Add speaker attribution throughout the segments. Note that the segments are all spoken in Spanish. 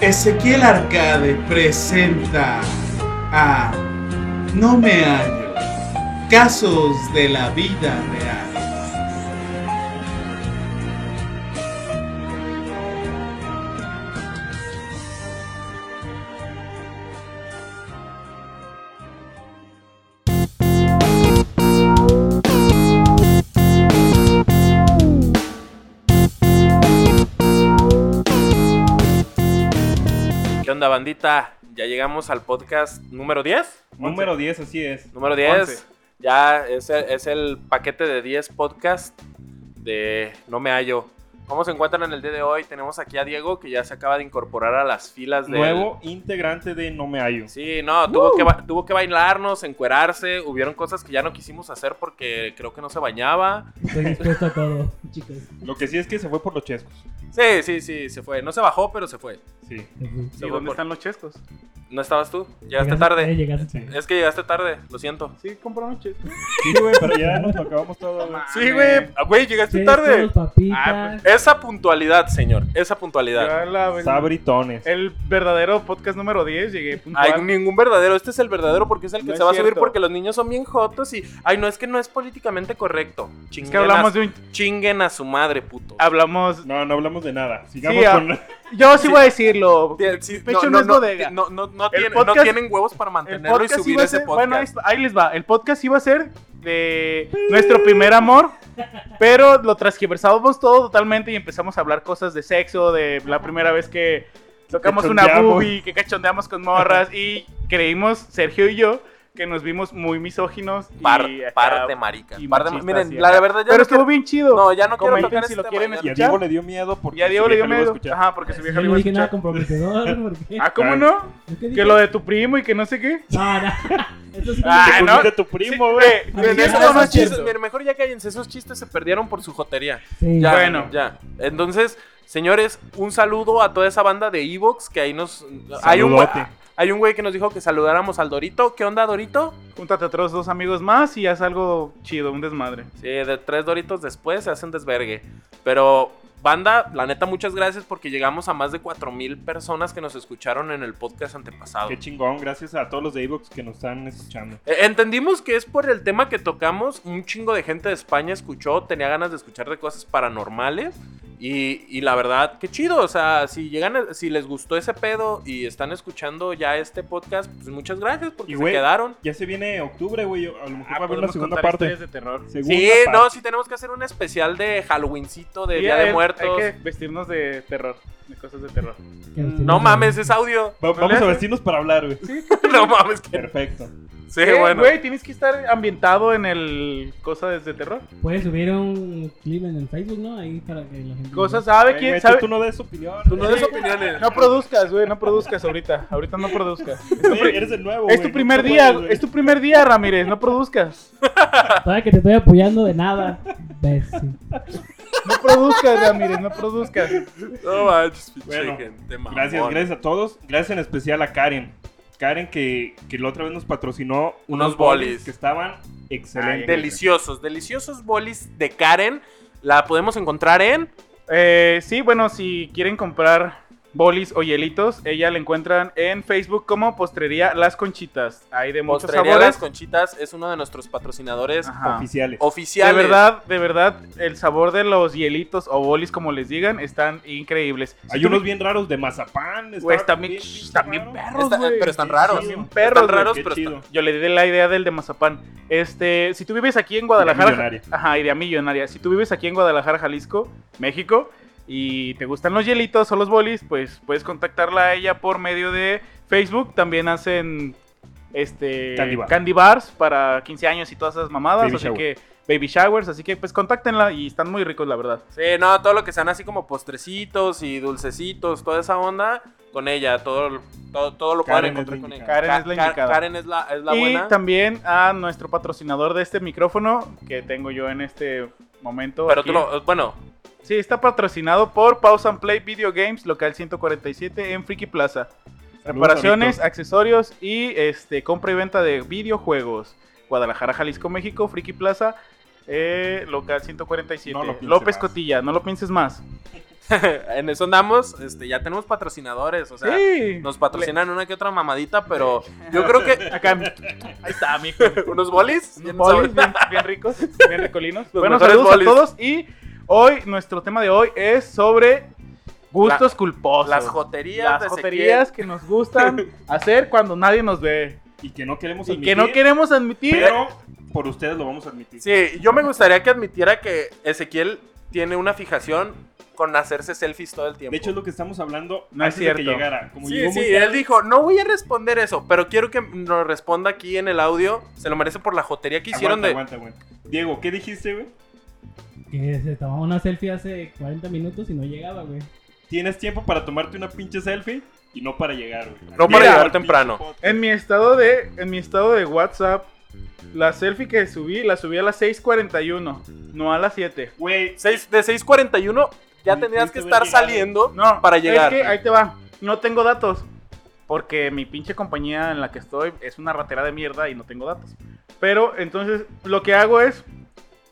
Speaker 1: Ezequiel Arcade presenta a No me hallo, casos de la vida real.
Speaker 2: ¿Qué onda, bandita? Ya llegamos al podcast número 10.
Speaker 3: Número 10, así es.
Speaker 2: Número 10.
Speaker 3: Once.
Speaker 2: Ya es el, es el paquete de 10 podcast de No Me Hallo. ¿Cómo se encuentran en el día de hoy? Tenemos aquí a Diego que ya se acaba de incorporar a las filas de.
Speaker 3: Nuevo integrante de No Me Hallo.
Speaker 2: Sí, no, tuvo que, ba- tuvo que bailarnos, encuerarse. Hubieron cosas que ya no quisimos hacer porque creo que no se bañaba.
Speaker 4: Estoy dispuesto a todo, chicos.
Speaker 3: Lo que sí es que se fue por los chescos.
Speaker 2: Sí, sí, sí, se fue. No se bajó, pero se fue.
Speaker 3: Sí.
Speaker 2: Se
Speaker 5: ¿Y
Speaker 2: fue
Speaker 5: dónde
Speaker 2: por-
Speaker 5: están los chescos?
Speaker 2: ¿No estabas tú? Llegaste tarde.
Speaker 4: Llegaste
Speaker 3: Sí.
Speaker 2: Es que llegaste tarde, lo siento.
Speaker 5: Sí, compraron chescos.
Speaker 3: Sí, güey, pero ya nos lo acabamos todo. güey.
Speaker 2: Sí, güey. Ah, Güey, llegaste tarde. pues,
Speaker 4: papitas.
Speaker 5: Ah,
Speaker 2: Esa puntualidad, señor. Esa puntualidad.
Speaker 5: Ya pues, la-
Speaker 3: Sabritones.
Speaker 5: El verdadero podcast número 10 llegué puntual.
Speaker 2: Hay ningún verdadero. Este es el verdadero porque es el que
Speaker 5: No
Speaker 2: se
Speaker 5: es
Speaker 2: va a subir
Speaker 5: cierto.
Speaker 2: porque los niños son bien jotos y. Ay, no, es que no es políticamente correcto.
Speaker 5: Es
Speaker 2: Chinguen,
Speaker 5: que hablamos
Speaker 2: a,
Speaker 5: de Ah, un...
Speaker 2: chinguen a su madre, puto.
Speaker 5: Hablamos...
Speaker 3: No, no hablamos de nada. Sigamos
Speaker 5: Sí, ah.
Speaker 3: con.
Speaker 5: Yo sí, voy a decirlo.
Speaker 2: Ti- sí,
Speaker 5: pecho no es bodega.
Speaker 2: No, no, no
Speaker 5: El
Speaker 2: tienen, no
Speaker 5: podcast-
Speaker 2: tienen huevos para
Speaker 5: El
Speaker 2: mantenerlo y
Speaker 5: podcast
Speaker 2: subir
Speaker 5: iba a
Speaker 2: ese
Speaker 5: ser...
Speaker 2: podcast.
Speaker 5: Bueno, ahí, ahí les va. El podcast iba a ser de nuestro primer amor, pero lo transgiversamos todo totalmente y empezamos a hablar cosas de sexo, de la primera vez que tocamos una
Speaker 3: Cachondeamos.
Speaker 5: boobie, que cachondeamos con morras y creímos, Sergio y yo, que nos vimos muy misóginos. y
Speaker 2: par,
Speaker 5: acá-
Speaker 2: par de maricas.
Speaker 5: este, y
Speaker 2: Par de-
Speaker 5: machistas,
Speaker 2: miren,
Speaker 5: sí,
Speaker 2: la
Speaker 5: acá.
Speaker 2: verdad ya
Speaker 5: Pero
Speaker 2: no
Speaker 5: estuvo
Speaker 2: quiero-
Speaker 5: bien chido.
Speaker 2: No, ya no quiero
Speaker 5: Comenten
Speaker 2: tocar
Speaker 5: si
Speaker 2: este
Speaker 5: lo quieren
Speaker 2: tema, ya.
Speaker 3: Y a
Speaker 5: escuchar.
Speaker 3: Diego le dio miedo porque.
Speaker 5: Y a Diego
Speaker 3: su
Speaker 5: le dio
Speaker 3: vieja lo iba a
Speaker 5: miedo.
Speaker 3: escuchar.
Speaker 5: Ajá, porque su vieja
Speaker 4: Yo
Speaker 5: le
Speaker 4: no
Speaker 5: iba a
Speaker 4: dije nada
Speaker 5: escuchar.
Speaker 4: comprometedor. ¿por qué?
Speaker 5: Ah, ¿cómo no?
Speaker 4: ¿Yo qué dije?
Speaker 5: Que lo de tu primo y que no sé qué.
Speaker 4: No, no. Eso sí.
Speaker 5: Ah,
Speaker 3: Te
Speaker 5: ¿no?
Speaker 3: pusiste "Pues, tu primo,
Speaker 5: Sí,
Speaker 3: güey.
Speaker 5: eh,
Speaker 4: Pero
Speaker 5: en
Speaker 4: ya
Speaker 5: eso
Speaker 4: no
Speaker 5: no
Speaker 2: esos
Speaker 5: es
Speaker 2: chistes,
Speaker 5: cierto.
Speaker 2: miren, mejor ya cállense, esos chistes se perdieron por su jotería.
Speaker 4: Sí.
Speaker 2: Ya,
Speaker 5: Bueno.
Speaker 2: ya. Entonces, señores, un saludo a toda esa banda de Evox que ahí nos. Hay un, güey-
Speaker 3: Saludote.
Speaker 2: hay un güey que nos dijo que saludáramos al Dorito. ¿Qué onda, Dorito?
Speaker 5: Júntate a otros dos amigos más y haz algo chido, un desmadre.
Speaker 2: Sí, de tres Doritos después se hacen desvergue. Pero, banda, la neta, muchas gracias porque llegamos a más de 4000 personas que nos escucharon en el podcast antepasado.
Speaker 3: Qué chingón. Gracias a todos los de Evox que nos están escuchando.
Speaker 2: Eh, Entendimos que es por el tema que tocamos. Un chingo de gente de España escuchó, tenía ganas de escuchar de cosas paranormales. Y, y la verdad, qué chido. O sea, si llegan, a- si les gustó ese pedo y están escuchando ya este podcast, pues muchas gracias porque
Speaker 3: Y,
Speaker 2: se
Speaker 3: güey,
Speaker 2: quedaron.
Speaker 3: Ya se viene octubre, güey. A lo mejor va a haber una
Speaker 5: Ah, podemos
Speaker 3: segunda
Speaker 5: contar
Speaker 3: parte.
Speaker 5: historias de terror.
Speaker 3: Segunda
Speaker 2: Sí,
Speaker 3: parte.
Speaker 2: no, sí tenemos que hacer un especial de Halloweencito, de
Speaker 5: Sí,
Speaker 2: Día
Speaker 5: hay-
Speaker 2: de Muertos.
Speaker 5: Hay que vestirnos de terror, de cosas de terror.
Speaker 4: Que usted
Speaker 2: No
Speaker 4: sabe.
Speaker 2: mames, es audio.
Speaker 3: Va-
Speaker 5: ¿No le
Speaker 3: vamos a
Speaker 5: haces?
Speaker 3: vestirnos para hablar, güey.
Speaker 2: No mames, que-
Speaker 3: Perfecto.
Speaker 2: Sí,
Speaker 5: Eh,
Speaker 2: bueno.
Speaker 5: Güey, tienes que estar ambientado en el cosas de terror.
Speaker 4: Puedes subir un clip en el Facebook, ¿no? Ahí para que la gente.
Speaker 5: Cosas, ¿sabe
Speaker 3: Güey,
Speaker 5: quién?
Speaker 3: güey,
Speaker 5: ¿Sabe?
Speaker 3: Tú no des opinión.
Speaker 2: Tú no
Speaker 3: güey.
Speaker 2: des opiniones.
Speaker 5: No produzcas, güey, no produzcas ahorita. Ahorita no produzcas.
Speaker 3: Güey, Eres el nuevo,
Speaker 5: Es
Speaker 3: güey,
Speaker 5: tu
Speaker 3: no
Speaker 5: primer
Speaker 3: te
Speaker 5: día,
Speaker 3: puedes, güey.
Speaker 5: es tu primer día, Ramírez, no produzcas.
Speaker 4: Para que te estoy apoyando de nada. Ves, sí.
Speaker 5: No produzcas, Ramírez, no produzcas.
Speaker 2: No manches, pinche
Speaker 3: Bueno,
Speaker 2: gente, mamón.
Speaker 3: Gracias, gracias a todos. Gracias en especial a Karen. Karen que, que la otra vez nos patrocinó
Speaker 2: Unos
Speaker 3: unos,
Speaker 2: bolis.
Speaker 3: bolis, que estaban excelentes.
Speaker 2: Deliciosos, deliciosos bolis de Karen. La podemos encontrar en.
Speaker 5: Eh, sí, bueno, si quieren comprar bolis o hielitos, ella la encuentran en Facebook como Postrería Las Conchitas. Hay de muchos
Speaker 2: Postrería Las
Speaker 5: sabores.
Speaker 2: Conchitas es uno de nuestros patrocinadores
Speaker 5: Ajá.
Speaker 3: oficiales.
Speaker 5: De
Speaker 2: oficiales.
Speaker 5: verdad, de verdad, el sabor de los hielitos o bolis, como les digan, están increíbles.
Speaker 3: Hay
Speaker 5: Si tú-
Speaker 3: unos bien raros de mazapán. estaban
Speaker 5: Güey, están bien,
Speaker 3: bien
Speaker 5: están bien
Speaker 3: raros.
Speaker 5: perros,
Speaker 2: Está-
Speaker 5: güey.
Speaker 2: pero están raros.
Speaker 3: Sí, sí.
Speaker 5: perros,
Speaker 2: Están raros,
Speaker 3: Qué
Speaker 2: pero
Speaker 3: chido.
Speaker 2: están-
Speaker 5: Yo le di la idea del de Mazapán. Este, si tú vives aquí en Guadalajara.
Speaker 3: Idea millonaria.
Speaker 5: Ajá, idea millonaria. Si tú vives aquí en Guadalajara, Jalisco, México, y te gustan los hielitos o los bolis, pues puedes contactarla a ella por medio de Facebook. También hacen este
Speaker 3: Candy bar.
Speaker 5: bars para 15 años y todas esas mamadas.
Speaker 3: Baby
Speaker 5: así
Speaker 3: shower.
Speaker 5: que baby showers. Así que pues contáctenla y están muy ricos, la verdad.
Speaker 2: Sí, no, todo lo que sean así como postrecitos y dulcecitos, toda esa onda, con ella, todo, todo, todo lo pueden
Speaker 3: Karen
Speaker 2: encontrar
Speaker 3: es la
Speaker 2: con ella.
Speaker 3: indicada.
Speaker 5: Karen es la indicada.
Speaker 2: Karen es la, es la
Speaker 5: y
Speaker 2: buena.
Speaker 5: también a nuestro patrocinador de este micrófono que tengo yo en este momento.
Speaker 2: Pero
Speaker 5: aquí.
Speaker 2: tú lo, bueno,
Speaker 5: Sí, está patrocinado por Pause and Play Video Games, local 147 en Friki Plaza.
Speaker 3: Saludos,
Speaker 5: Reparaciones,
Speaker 3: amigos.
Speaker 5: accesorios y este compra y venta de videojuegos. Guadalajara, Jalisco, México, Friki Plaza. eh, local 147.
Speaker 3: No lo pienses
Speaker 5: López
Speaker 3: más.
Speaker 5: Cotilla, no lo pienses más.
Speaker 2: en eso andamos, este, ya tenemos patrocinadores, o sea,
Speaker 5: sí.
Speaker 2: nos patrocinan una que otra mamadita, pero yo creo que
Speaker 5: Acá, ahí está, mijo.
Speaker 2: unos bolis,
Speaker 5: Unos
Speaker 2: bien
Speaker 5: bolis
Speaker 2: sabrosos.
Speaker 5: bien, bien ricos, bien ricolinos.
Speaker 2: Los
Speaker 5: bueno,
Speaker 2: mejores
Speaker 5: saludos
Speaker 2: bolis.
Speaker 5: a todos. Y hoy, nuestro tema de hoy es sobre gustos culposos.
Speaker 2: las joterías,
Speaker 5: Las
Speaker 2: de Ezequiel.
Speaker 5: joterías que nos gustan hacer cuando nadie nos ve.
Speaker 3: Y que no queremos
Speaker 5: Y
Speaker 3: admitir.
Speaker 5: que no queremos admitir.
Speaker 3: Pero por ustedes lo vamos a admitir.
Speaker 2: Sí, yo me gustaría que admitiera que Ezequiel tiene una fijación con hacerse selfies todo el tiempo.
Speaker 3: De hecho, es lo que estamos hablando
Speaker 5: No es
Speaker 3: antes de que
Speaker 5: cierto.
Speaker 3: llegara. Como
Speaker 2: sí,
Speaker 3: llegó
Speaker 2: sí,
Speaker 3: muy
Speaker 2: él dijo, no voy a responder eso, pero quiero que nos responda aquí en el audio. Se lo merece por la jotería que hicieron
Speaker 3: aguanta,
Speaker 2: de...
Speaker 3: aguanta, aguanta. Diego, ¿qué dijiste, güey?
Speaker 4: Que se tomaba una selfie hace 40 minutos y no llegaba, güey.
Speaker 3: Tienes tiempo para tomarte una pinche selfie y no para llegar, güey.
Speaker 2: No
Speaker 5: para llegar
Speaker 3: al
Speaker 2: temprano.
Speaker 3: pinche podcast.
Speaker 5: En mi estado de en mi estado de WhatsApp, la selfie que subí la subí a las 6:41, no a las 7.
Speaker 3: Güey,
Speaker 2: Seis- de 6.41 ya
Speaker 3: Uy,
Speaker 2: tenías que
Speaker 3: tuviste
Speaker 2: estar
Speaker 3: haber llegado.
Speaker 2: saliendo
Speaker 5: No,
Speaker 2: para
Speaker 5: Es
Speaker 2: llegar.
Speaker 5: que ahí te va. No tengo datos porque mi pinche compañía en la que estoy es una ratera de mierda y no tengo datos. Pero entonces lo que hago es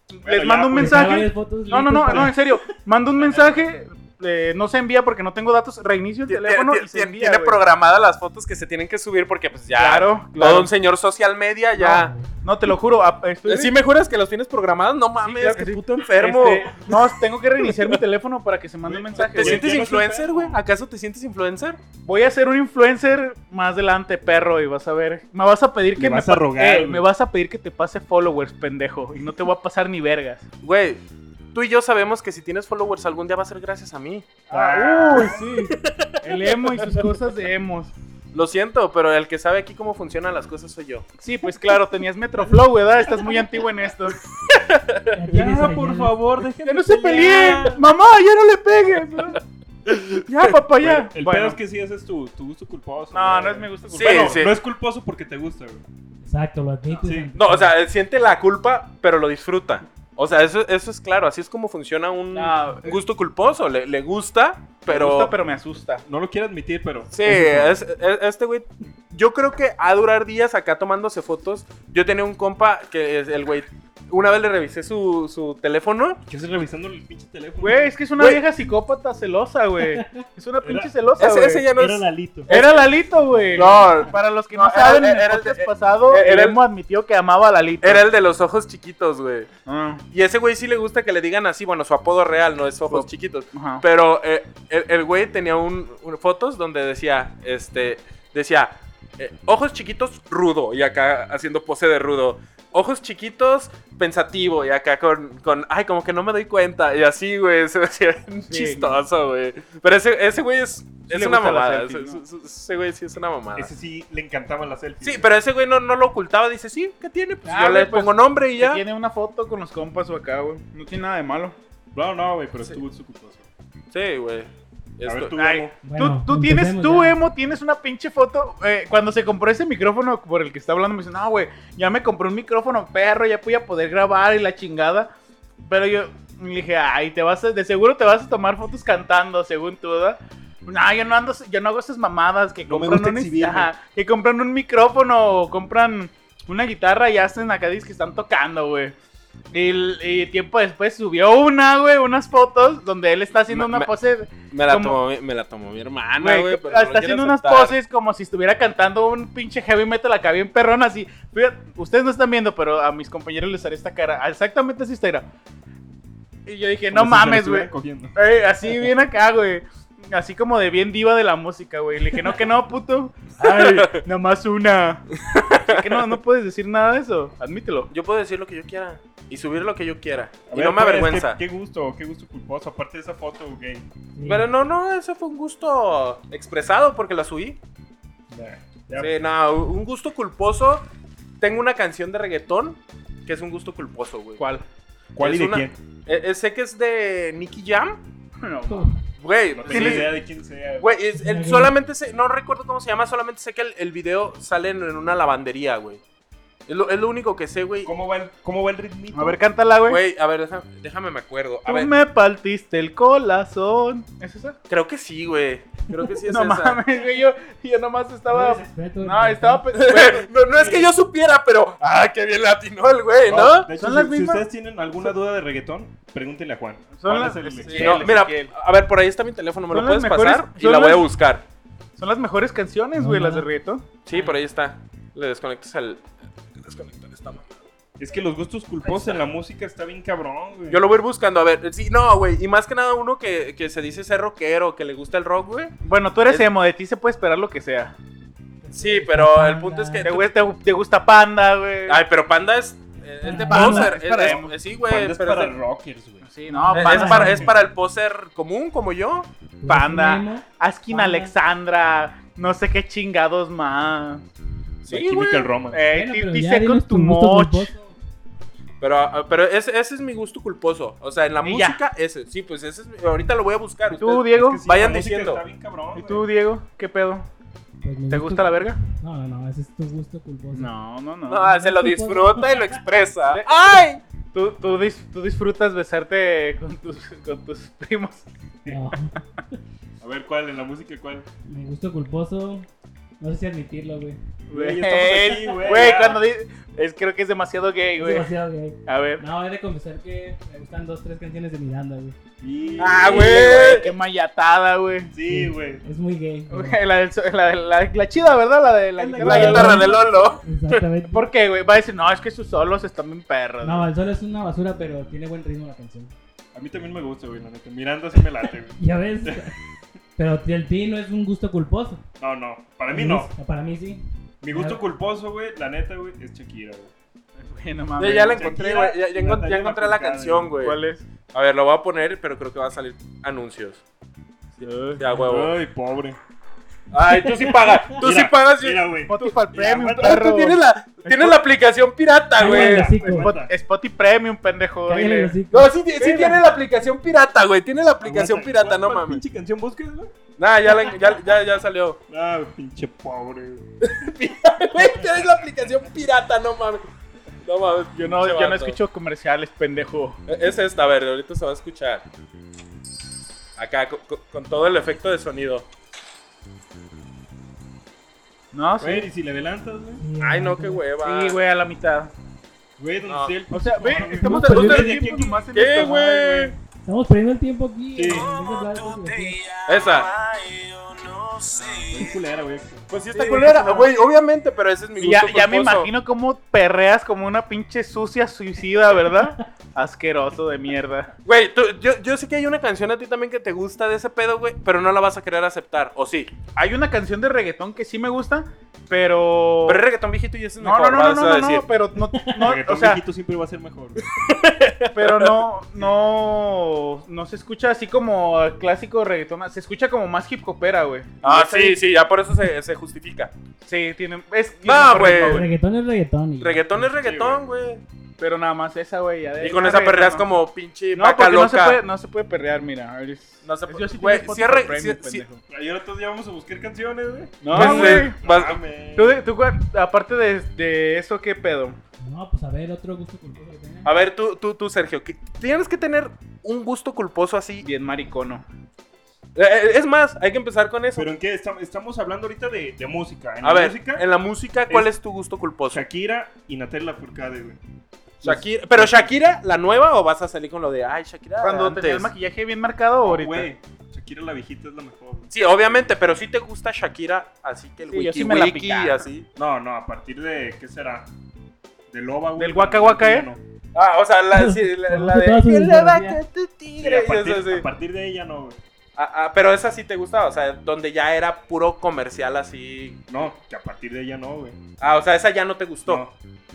Speaker 3: Bueno,
Speaker 5: les mando
Speaker 3: ya,
Speaker 5: un
Speaker 3: pues,
Speaker 4: Dejaba
Speaker 5: mensaje.
Speaker 4: varias fotos
Speaker 5: No, no,
Speaker 4: listas
Speaker 5: no,
Speaker 4: para-
Speaker 5: no, en serio. Mando un mensaje, eh, no se envía porque no tengo datos, reinicio el
Speaker 2: Tiene-
Speaker 5: teléfono
Speaker 2: tiene-
Speaker 5: y se envía.
Speaker 2: tiene
Speaker 5: güey.
Speaker 2: programadas las fotos que se tienen que subir porque pues ya...
Speaker 5: Claro,
Speaker 2: Todo
Speaker 5: claro.
Speaker 2: un señor social media ya... Eh,
Speaker 5: No, te lo juro. a- estoy-
Speaker 2: ¿Sí me juras que los tienes programados? No mames,
Speaker 5: claro
Speaker 2: qué
Speaker 5: que sí.
Speaker 2: puto enfermo.
Speaker 5: Este, no, tengo que reiniciar mi teléfono para que se mande un mensaje.
Speaker 2: ¿Te
Speaker 5: güey.
Speaker 2: sientes
Speaker 3: ya no soy
Speaker 2: influencer,
Speaker 3: perro.
Speaker 2: güey? ¿Acaso te sientes influencer?
Speaker 5: Voy a ser un influencer más adelante, perro, y vas a ver. Me vas a pedir
Speaker 3: Le
Speaker 5: que me
Speaker 3: vas a
Speaker 5: pa-
Speaker 3: rogar,
Speaker 5: eh,
Speaker 3: güey.
Speaker 5: me vas a pedir que te pase followers, pendejo, y no te voy a pasar ni vergas.
Speaker 2: Güey, tú y yo sabemos que si tienes followers algún día va a ser gracias a mí.
Speaker 5: Ah, uy, sí. El emo y sus cosas de emos.
Speaker 2: Lo siento, pero el que sabe aquí cómo funcionan las cosas soy yo.
Speaker 5: Sí, pues claro, tenías Metroflow, ¿verdad? Estás muy antiguo en esto.
Speaker 4: Ya, tienes
Speaker 3: Ya,
Speaker 4: señal.
Speaker 3: por favor, déjenme.
Speaker 5: ¡Ya no se
Speaker 3: pelear.
Speaker 5: peleen! ¡Mamá, ya no le pegues! ¿no? Ya, papá,
Speaker 3: Bueno,
Speaker 5: ya.
Speaker 3: el
Speaker 5: Bueno.
Speaker 3: pedo es que sí, ese es tu, tu gusto culposo.
Speaker 5: No,
Speaker 3: güey.
Speaker 5: no es mi gusto.
Speaker 2: Sí,
Speaker 5: culposo.
Speaker 2: sí.
Speaker 3: No es culposo porque te gusta, güey.
Speaker 4: Exacto, lo admites.
Speaker 3: Sí.
Speaker 4: ante-
Speaker 2: No, o sea, él siente la culpa, pero lo disfruta. O sea, eso, eso es claro, así es como funciona un
Speaker 5: No, me
Speaker 2: gusto culposo. Le, le gusta, pero...
Speaker 5: Ah, gusta, pero me asusta.
Speaker 3: No lo quiero admitir, pero.
Speaker 2: Sí,
Speaker 3: eso
Speaker 2: es- es- este güey, yo creo que a durar días acá tomándose fotos. Yo tenía un compa que es el güey, una vez le revisé su, su teléfono.
Speaker 3: ¿Qué haces revisando el pinche teléfono?
Speaker 5: Güey, es que es una
Speaker 2: Güey.
Speaker 5: vieja psicópata celosa, güey. Es una pinche
Speaker 3: Era-
Speaker 5: celosa,
Speaker 2: Ese,
Speaker 5: güey.
Speaker 2: ese ya no
Speaker 3: Era
Speaker 2: es...
Speaker 3: Lalito.
Speaker 5: Era Lalito, güey.
Speaker 2: No,
Speaker 5: Para los que
Speaker 2: No,
Speaker 5: no,
Speaker 2: era-
Speaker 5: saben, en
Speaker 2: era-
Speaker 5: el
Speaker 2: era-
Speaker 5: podcast pasado,
Speaker 2: era-
Speaker 5: el emo admitió que amaba a Lalito.
Speaker 2: Era el de los ojos chiquitos, güey.
Speaker 5: Ah,
Speaker 2: Y ese güey sí le gusta que le digan así, bueno, su apodo real no es ojos
Speaker 5: Su-
Speaker 2: chiquitos.
Speaker 5: ajá.
Speaker 2: Pero eh, el el güey tenía un, un- fotos donde decía, este, decía, eh, ojos chiquitos rudo, y acá haciendo pose de rudo. Ojos chiquitos pensativo, y acá con, con ay, como que no me doy cuenta, y así, güey, se me hacía bien
Speaker 5: Sí.
Speaker 2: chistoso, güey. Pero ese, ese güey es, es
Speaker 5: le
Speaker 2: una
Speaker 5: gusta la
Speaker 2: mamada,
Speaker 5: selfie,
Speaker 2: ese-
Speaker 5: ¿no?
Speaker 2: ese- ese güey sí es una mamada.
Speaker 3: Ese sí le encantaban las selfies.
Speaker 2: Sí,
Speaker 3: güey.
Speaker 2: pero ese güey no, no lo ocultaba, dice, sí, ¿qué tiene? Pues
Speaker 5: Ah,
Speaker 2: yo le
Speaker 5: güey, pues,
Speaker 2: pongo nombre y
Speaker 5: Que
Speaker 2: ya.
Speaker 5: Tiene una foto con los compas o acá, güey. No tiene nada de malo.
Speaker 3: No, no, güey, pero
Speaker 2: Sí.
Speaker 3: es tu gusto culposo.
Speaker 2: Sí, güey.
Speaker 3: A
Speaker 2: Esto-
Speaker 3: ver, tú,
Speaker 5: Ay.
Speaker 3: Emo.
Speaker 4: Bueno,
Speaker 5: tú tú tienes,
Speaker 4: empecemos
Speaker 5: tú, em,
Speaker 4: ya.
Speaker 5: emo, tienes una pinche foto. eh, cuando se compró ese micrófono por el que está hablando, me dice, no, güey, ya me compré un micrófono, perro, ya voy a poder grabar y la chingada. Pero yo le dije, ay, te vas a- de seguro te vas a tomar fotos cantando, según tú, ¿verdad? No, yo no ando, yo no hago esas mamadas que
Speaker 3: No me
Speaker 5: compran
Speaker 3: gusta
Speaker 5: un
Speaker 3: exhibirme.
Speaker 5: ajá, que compran un micrófono o compran una guitarra y hacen acá que están tocando, güey. Y, y tiempo después subió una, güey, unas fotos donde él está haciendo
Speaker 2: Me-
Speaker 5: una
Speaker 2: me-
Speaker 5: pose
Speaker 2: Me la,
Speaker 5: Como-
Speaker 2: tomó, mi- me la tomó mi hermana,
Speaker 5: Güey,
Speaker 2: Ah, güey. pero no lo
Speaker 5: está
Speaker 2: quiere
Speaker 5: haciendo unas
Speaker 2: aceptar.
Speaker 5: poses como si estuviera cantando un pinche heavy metal acá bien perrón así. Fíjate, ustedes no están viendo, pero a mis compañeros les haré esta cara. Ah, Exactamente así está. mira. Y yo dije,
Speaker 3: Como
Speaker 5: no
Speaker 3: si se la
Speaker 5: mames, güey.
Speaker 3: estuvieran cogiendo.
Speaker 5: Ey, así bien acá, güey. Así como de bien diva de la música, güey. Le dije, no, que no, puto. Ay, nada más una. Así que no, no puedes decir nada de eso. Admítelo.
Speaker 2: Yo puedo decir lo que yo quiera y subir lo que yo quiera.
Speaker 3: A
Speaker 2: y
Speaker 3: ver,
Speaker 2: no me
Speaker 3: pues,
Speaker 2: avergüenza.
Speaker 3: Qué, qué gusto, qué gusto culposo. Aparte de esa foto, güey.
Speaker 4: Sí.
Speaker 2: Pero no, no, ese fue un gusto expresado porque la subí.
Speaker 3: Ya, ya.
Speaker 2: Sí, no, un gusto culposo. Tengo una canción de reggaetón que es un gusto culposo, güey.
Speaker 5: ¿Cuál?
Speaker 3: ¿Cuál y
Speaker 2: es
Speaker 3: de
Speaker 2: una-
Speaker 3: quién?
Speaker 2: Eh, eh, sé que es de Nicky Jam.
Speaker 5: No.
Speaker 2: Güey,
Speaker 3: No tengo
Speaker 2: tienes-
Speaker 3: idea de quién sea.
Speaker 2: güey, es- el- solamente sé, no recuerdo cómo se llama, solamente sé que el, el video sale en, en una lavandería, güey. Es lo, es lo único que sé, güey.
Speaker 3: ¿Cómo va el, cómo va el ritmito?
Speaker 5: A ver, cántala, güey.
Speaker 2: Güey, a ver, déjame, déjame me acuerdo. A
Speaker 5: Tú
Speaker 2: ver,
Speaker 5: me partiste el corazón. ¿Es esa?
Speaker 2: creo que sí, güey. Creo que sí es
Speaker 5: no
Speaker 2: esa.
Speaker 5: mames, güey. Yo, yo nomás estaba.
Speaker 4: Pues, Respeto,
Speaker 5: No, Ah, estaba. pe-
Speaker 2: no, no es que yo supiera, pero. ¡Ah, qué bien latinó el güey,
Speaker 3: No,
Speaker 2: ¿no?
Speaker 3: de hecho,
Speaker 5: ¿Son
Speaker 3: si,
Speaker 5: las
Speaker 3: si
Speaker 5: mismas?
Speaker 3: ustedes tienen alguna duda de reggaetón, pregúntenle a Juan.
Speaker 5: Son
Speaker 3: Juan
Speaker 5: las-
Speaker 3: es el
Speaker 5: sí,
Speaker 3: experto.
Speaker 5: Ezequiel,
Speaker 2: No, mira, a ver, por ahí está mi teléfono, ¿me lo
Speaker 5: Son las
Speaker 2: puedes
Speaker 5: mejores-
Speaker 2: pasar? Y
Speaker 5: son
Speaker 2: la voy a
Speaker 5: las-
Speaker 2: buscar.
Speaker 5: Son las mejores canciones,
Speaker 4: No,
Speaker 5: güey,
Speaker 4: no.
Speaker 5: las de reggaetón.
Speaker 2: Sí, por ahí está. Le desconectas al. Desconectar esta mamá.
Speaker 3: Es que los gustos culposos en la música está bien cabrón, güey.
Speaker 2: Yo lo voy a ir buscando, a ver. Sí, no, güey. Y más que nada uno que, que se dice ser rockero, que le gusta el rock, güey.
Speaker 5: Bueno, tú eres
Speaker 2: Es-
Speaker 5: emo, de ti se puede esperar lo que sea.
Speaker 2: Sí, pero el punto es que.
Speaker 5: Te, güey, te, te gusta panda, güey.
Speaker 2: Ay, pero Panda es. Es de
Speaker 4: Panda
Speaker 2: poser.
Speaker 3: es para
Speaker 2: es-
Speaker 3: emo.
Speaker 2: es- sí,
Speaker 3: Juan
Speaker 2: güey.
Speaker 3: es
Speaker 2: pero
Speaker 3: para
Speaker 2: es de-
Speaker 3: rockers, güey.
Speaker 5: Sí, no,
Speaker 2: es-
Speaker 5: panda.
Speaker 2: es para, es para el poser común, como yo.
Speaker 5: Panda. Askin
Speaker 4: Panda.
Speaker 5: Alexandra. No sé qué chingados más.
Speaker 2: Sí,
Speaker 3: Aquí
Speaker 2: güey.
Speaker 3: Michael Roma.
Speaker 5: Eh, dice con tu moch.
Speaker 2: Pero, ah, pero ese, ese es mi gusto culposo. O sea, en la
Speaker 5: Y ya.
Speaker 2: música, ese. Sí, pues ese es. mi- Ahorita lo voy a buscar.
Speaker 5: ¿Y tú,
Speaker 2: ustedes-
Speaker 5: Diego?
Speaker 3: Es que sí,
Speaker 2: Vayan
Speaker 3: la música
Speaker 2: diciendo.
Speaker 3: Está bien cabrón,
Speaker 5: ¿Y tú,
Speaker 3: güey.
Speaker 5: Diego? ¿Qué pedo? ¿Te gusta la verga?
Speaker 4: Pues, No, no, no, ese es tu gusto culposo.
Speaker 5: No, no, no.
Speaker 2: No, ah, se lo disfruta y lo expresa. ¡Ay!
Speaker 5: ¿Tú, tú, dis- tú disfrutas besarte con tus, con tus primos.
Speaker 4: No,
Speaker 3: A ver, ¿cuál? ¿En la música cuál?
Speaker 4: mi gusto culposo. No sé si admitirlo, güey.
Speaker 3: Güey,
Speaker 5: Güey,
Speaker 3: estamos aquí, güey,
Speaker 5: güey,
Speaker 3: ya.
Speaker 5: cuando di- Es creo que es demasiado gay,
Speaker 4: Es
Speaker 5: güey.
Speaker 4: demasiado gay.
Speaker 5: A ver.
Speaker 4: No, he de confesar que me gustan dos, tres canciones de Miranda, güey.
Speaker 3: Y-
Speaker 5: Ah, güey. Qué mayatada, güey.
Speaker 3: Sí, güey.
Speaker 4: Es muy gay. pero-
Speaker 5: Güey, La, del so- la, la- la chida, ¿verdad? La de la,
Speaker 4: Es la
Speaker 5: guitarra.
Speaker 4: guitarra.
Speaker 2: de Lolo.
Speaker 4: Exactamente.
Speaker 5: ¿Por qué, güey? Va a decir, no, es que sus solos están bien perros.
Speaker 4: No, el sol es una basura, pero tiene buen ritmo la canción.
Speaker 3: A mí también me gusta, güey, la neta. Miranda sí me late, güey.
Speaker 4: Ya ves. Pero el ti no es un gusto culposo.
Speaker 3: No, no. Para mí no.
Speaker 4: Para mí sí.
Speaker 3: Mi gusto culposo, güey, la neta, güey, es Shakira, güey.
Speaker 5: Güey, no mames.
Speaker 2: Ya, ya la
Speaker 3: Shakira,
Speaker 2: encontré, güey. Ya, ya encon- ya
Speaker 3: Natalia
Speaker 2: encontré la
Speaker 3: Lafourcade,
Speaker 2: canción, güey.
Speaker 5: ¿Cuál es?
Speaker 2: A ver, lo voy a poner, pero creo que va a salir anuncios. Ya, huevo.
Speaker 3: Ay, pobre.
Speaker 2: Ay, tú sí pagas. Tú
Speaker 3: Mira,
Speaker 2: sí pagas. y-
Speaker 3: Mira, güey.
Speaker 5: Spotify Premium,
Speaker 3: aguanta.
Speaker 2: Ah, tú
Speaker 5: perro.
Speaker 2: tienes la, tienes la aplicación pirata, güey.
Speaker 4: Cállate, hocico.
Speaker 3: Aguanta.
Speaker 5: Spot- Spotify Premium, pendejo.
Speaker 4: Cállate,
Speaker 5: dile.
Speaker 4: hocico.
Speaker 2: No, sí, sí tiene la aplicación pirata, güey. Tiene la aplicación
Speaker 3: Aguanta.
Speaker 2: pirata,
Speaker 3: ¿Cuál-
Speaker 2: no
Speaker 3: cuál
Speaker 2: mames.
Speaker 3: pinche canción buscas, güey?
Speaker 2: Nah, ya, la- ya, ya, ya salió.
Speaker 3: Ah, pinche pobre, güey.
Speaker 2: Güey, tienes la aplicación pirata, no mames. No mames.
Speaker 5: Yo no,
Speaker 2: pinche
Speaker 5: yo no
Speaker 2: vato.
Speaker 5: escucho comerciales, pendejo.
Speaker 2: E- Es esta, a ver, ahorita se va a escuchar. Acá, co- co- con, todo el efecto de sonido.
Speaker 5: No, sí.
Speaker 3: Güey, y si le adelantas, güey.
Speaker 2: Ay, no, qué hueva.
Speaker 5: Sí, güey, a la mitad.
Speaker 3: Güey, donde
Speaker 2: No.
Speaker 3: esté el
Speaker 5: O sea,
Speaker 3: pinche
Speaker 5: ve,
Speaker 3: pobre,
Speaker 5: estamos
Speaker 4: No, pero
Speaker 5: perdiendo
Speaker 4: yo-
Speaker 5: el tiempo nomás en
Speaker 2: ¿Qué,
Speaker 5: esta madre,
Speaker 2: güey?
Speaker 4: Estamos perdiendo el tiempo aquí. eh,
Speaker 3: Sí.
Speaker 4: en este esas largas filosofías.
Speaker 2: Esa.
Speaker 3: Bien culera, güey.
Speaker 2: Pues sí está culera, güey, obviamente, pero ese es mi
Speaker 5: Y
Speaker 2: gusto
Speaker 5: ya, ya me
Speaker 2: culposo.
Speaker 5: imagino cómo perreas como una pinche sucia suicida, ¿verdad? Asqueroso de mierda.
Speaker 2: Güey, tú- yo, yo sé que hay una canción a ti también que te gusta de ese pedo, güey, pero no la vas a querer aceptar, ¿o sí?
Speaker 5: Hay una canción de reggaetón que sí me gusta, pero...
Speaker 2: Pero es reggaetón viejito y ese es
Speaker 5: no, no,
Speaker 2: mejor,
Speaker 5: no, no,
Speaker 2: vas a
Speaker 5: no, no,
Speaker 2: decir.
Speaker 5: no, pero no, no,
Speaker 3: Reggaetón
Speaker 5: o sea,
Speaker 3: viejito siempre va a ser mejor, güey.
Speaker 5: pero no, no, no se escucha así como clásico reggaetón, se escucha como más hip hopera, güey.
Speaker 2: Ah, sí, sí, ya por eso se, se justifica.
Speaker 5: Sí, tiene, es,
Speaker 2: No,
Speaker 5: tiene mejor
Speaker 2: güey.
Speaker 5: ritmo,
Speaker 4: Reggaetón es reggaetón. y ya.
Speaker 2: Reggaetón es reggaetón, güey.
Speaker 5: Pero nada más esa, güey. ya de-
Speaker 2: Y con
Speaker 5: ya
Speaker 2: esa
Speaker 5: reggaetón,
Speaker 2: perreas
Speaker 5: no.
Speaker 2: como pinche
Speaker 5: No,
Speaker 2: vaca
Speaker 5: porque no se,
Speaker 2: loca.
Speaker 5: puede, no se puede perrear, mira. es-
Speaker 2: No se
Speaker 5: es-
Speaker 2: puede-
Speaker 5: yo sí tengo
Speaker 2: güey,
Speaker 5: Spotify
Speaker 2: cierre-
Speaker 5: Premium,
Speaker 2: cier- cier-
Speaker 5: pendejo.
Speaker 3: Ahí ahora todos ya vamos a buscar canciones, güey.
Speaker 5: No,
Speaker 2: Pues,
Speaker 5: güey.
Speaker 2: eh, vas-
Speaker 3: Mames.
Speaker 5: ¿Tú, de- tú cuál- aparte de, de eso, ¿qué pedo?
Speaker 4: No, pues a ver, otro gusto culposo que tenga.
Speaker 2: A ver, tú, tú, tú, Sergio, que- tienes que tener un gusto culposo así.
Speaker 5: Bien maricono.
Speaker 2: Eh, eh, Es más, hay que empezar con eso.
Speaker 3: Pero en qué Estam- estamos hablando ahorita de, de música. En
Speaker 2: a
Speaker 3: la
Speaker 2: ver,
Speaker 3: música,
Speaker 2: en la música, ¿cuál
Speaker 3: es-
Speaker 2: es, tu gusto culposo?
Speaker 3: Shakira y Natalia Lafourcade, güey.
Speaker 2: Shakira, pero Shakira, la nueva, o vas a salir con lo de, ay, Shakira.
Speaker 5: Cuando
Speaker 2: antes?
Speaker 5: tenía el maquillaje bien marcado, ahorita.
Speaker 3: Güey, Shakira la viejita es la mejor. güey.
Speaker 2: Sí, obviamente, pero sí te gusta Shakira, así que el
Speaker 5: Sí, yo
Speaker 2: wiki,
Speaker 5: sí me la
Speaker 2: wiki,
Speaker 5: picaba.
Speaker 2: así.
Speaker 3: No, no, a partir de. ¿Qué será? De Loba, güey.
Speaker 5: Del Waka Waka, ¿eh?
Speaker 3: No.
Speaker 2: Ah, o sea, la, sí, la, la de.
Speaker 4: Todas sus
Speaker 2: "Quién le va a
Speaker 4: melodías".
Speaker 2: cantar
Speaker 3: Sí,
Speaker 2: tigre",
Speaker 3: a,
Speaker 2: y
Speaker 3: partir,
Speaker 2: eso, sí.
Speaker 3: a partir de ella no, güey.
Speaker 2: Ah, ah, pero esa sí te gustaba, o sea, donde ya era puro comercial así.
Speaker 3: No, que a partir de ella no, güey.
Speaker 2: Ah, o sea, esa ya no te gustó.
Speaker 3: No.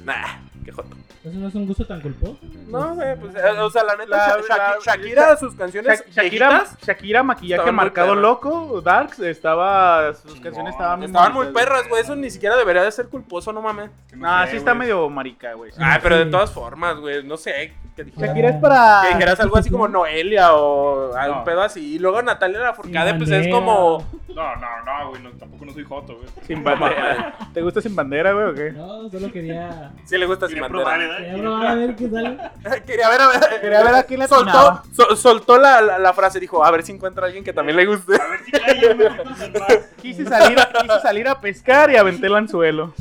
Speaker 2: Nah, qué joto.
Speaker 4: Eso no es un gusto tan culposo.
Speaker 2: No, güey, pues, eh, o sea, la neta,
Speaker 5: La-
Speaker 2: Sha-
Speaker 5: la-
Speaker 2: Shaki- Shakira, sus canciones
Speaker 5: Sha- Shakira,
Speaker 2: viejitas,
Speaker 5: Shakira, maquillaje
Speaker 2: Estaban muy
Speaker 5: marcado
Speaker 2: perras.
Speaker 5: loco, Darks, estaba, sus
Speaker 3: Chingón.
Speaker 5: canciones estaban bien
Speaker 2: estaban muy
Speaker 5: bonitas,
Speaker 2: perras, güey. Eso ni siquiera debería de ser culposo, no mames.
Speaker 3: que
Speaker 5: güey. No,
Speaker 3: sé,
Speaker 5: Ah, sí está
Speaker 3: güey.
Speaker 5: medio marica, güey.
Speaker 4: Sí.
Speaker 2: Ah, pero de
Speaker 4: sí.
Speaker 2: todas formas, güey, no sé. Que dijeras,
Speaker 5: Shakira es para...
Speaker 2: que dijeras algo así como Noelia o algún
Speaker 3: No.
Speaker 2: pedo así. Y luego Natalia Lafourcade,
Speaker 4: Sin
Speaker 2: pues es
Speaker 4: bandera.
Speaker 2: como.
Speaker 3: No, no, no, güey, no, tampoco no soy joto, güey.
Speaker 5: Sin bandera. ¿Te gusta sin bandera, güey, o qué?
Speaker 4: No, solo quería.
Speaker 2: Sí le gusta sin
Speaker 3: Quería
Speaker 2: bandera.
Speaker 3: probar, ¿eh?
Speaker 4: quería
Speaker 3: Quería
Speaker 4: probar a ver qué sale.
Speaker 2: Quería ver, a ver.
Speaker 5: Quería ver a quién le
Speaker 2: soltó,
Speaker 5: atinaba.
Speaker 2: sol- soltó la, la, la frase, dijo, a ver si encuentra a alguien que también le guste.
Speaker 3: A ver si cae, yo me meto sin más.
Speaker 5: Quise salir, quise salir a pescar y aventé el anzuelo.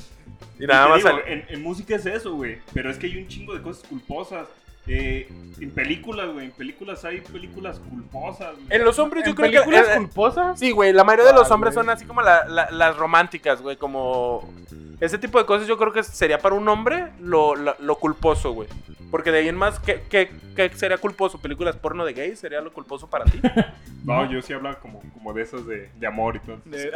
Speaker 2: Y
Speaker 3: Y
Speaker 2: nada
Speaker 3: te
Speaker 2: más
Speaker 3: digo,
Speaker 2: salió.
Speaker 3: en, en música es eso, güey. Pero es que hay un chingo de cosas culposas. Eh, en películas, güey. En películas hay películas culposas, güey.
Speaker 2: En los hombres yo
Speaker 5: ¿En
Speaker 2: creo que...
Speaker 5: películas
Speaker 2: eh, eh,
Speaker 5: culposas?
Speaker 2: Sí, güey, la mayoría de los
Speaker 5: Ah,
Speaker 2: hombres
Speaker 5: güey.
Speaker 2: son así como la- la- las románticas, güey, como... Ese tipo de cosas yo creo que sería para un hombre lo, lo, lo culposo, güey. Porque de ahí en más, ¿qué, qué, qué sería culposo? ¿Películas porno de gays? ¿Sería lo culposo para ti?
Speaker 3: No, yo sí hablaba como, como de esas de, de amor y todo.
Speaker 5: De, de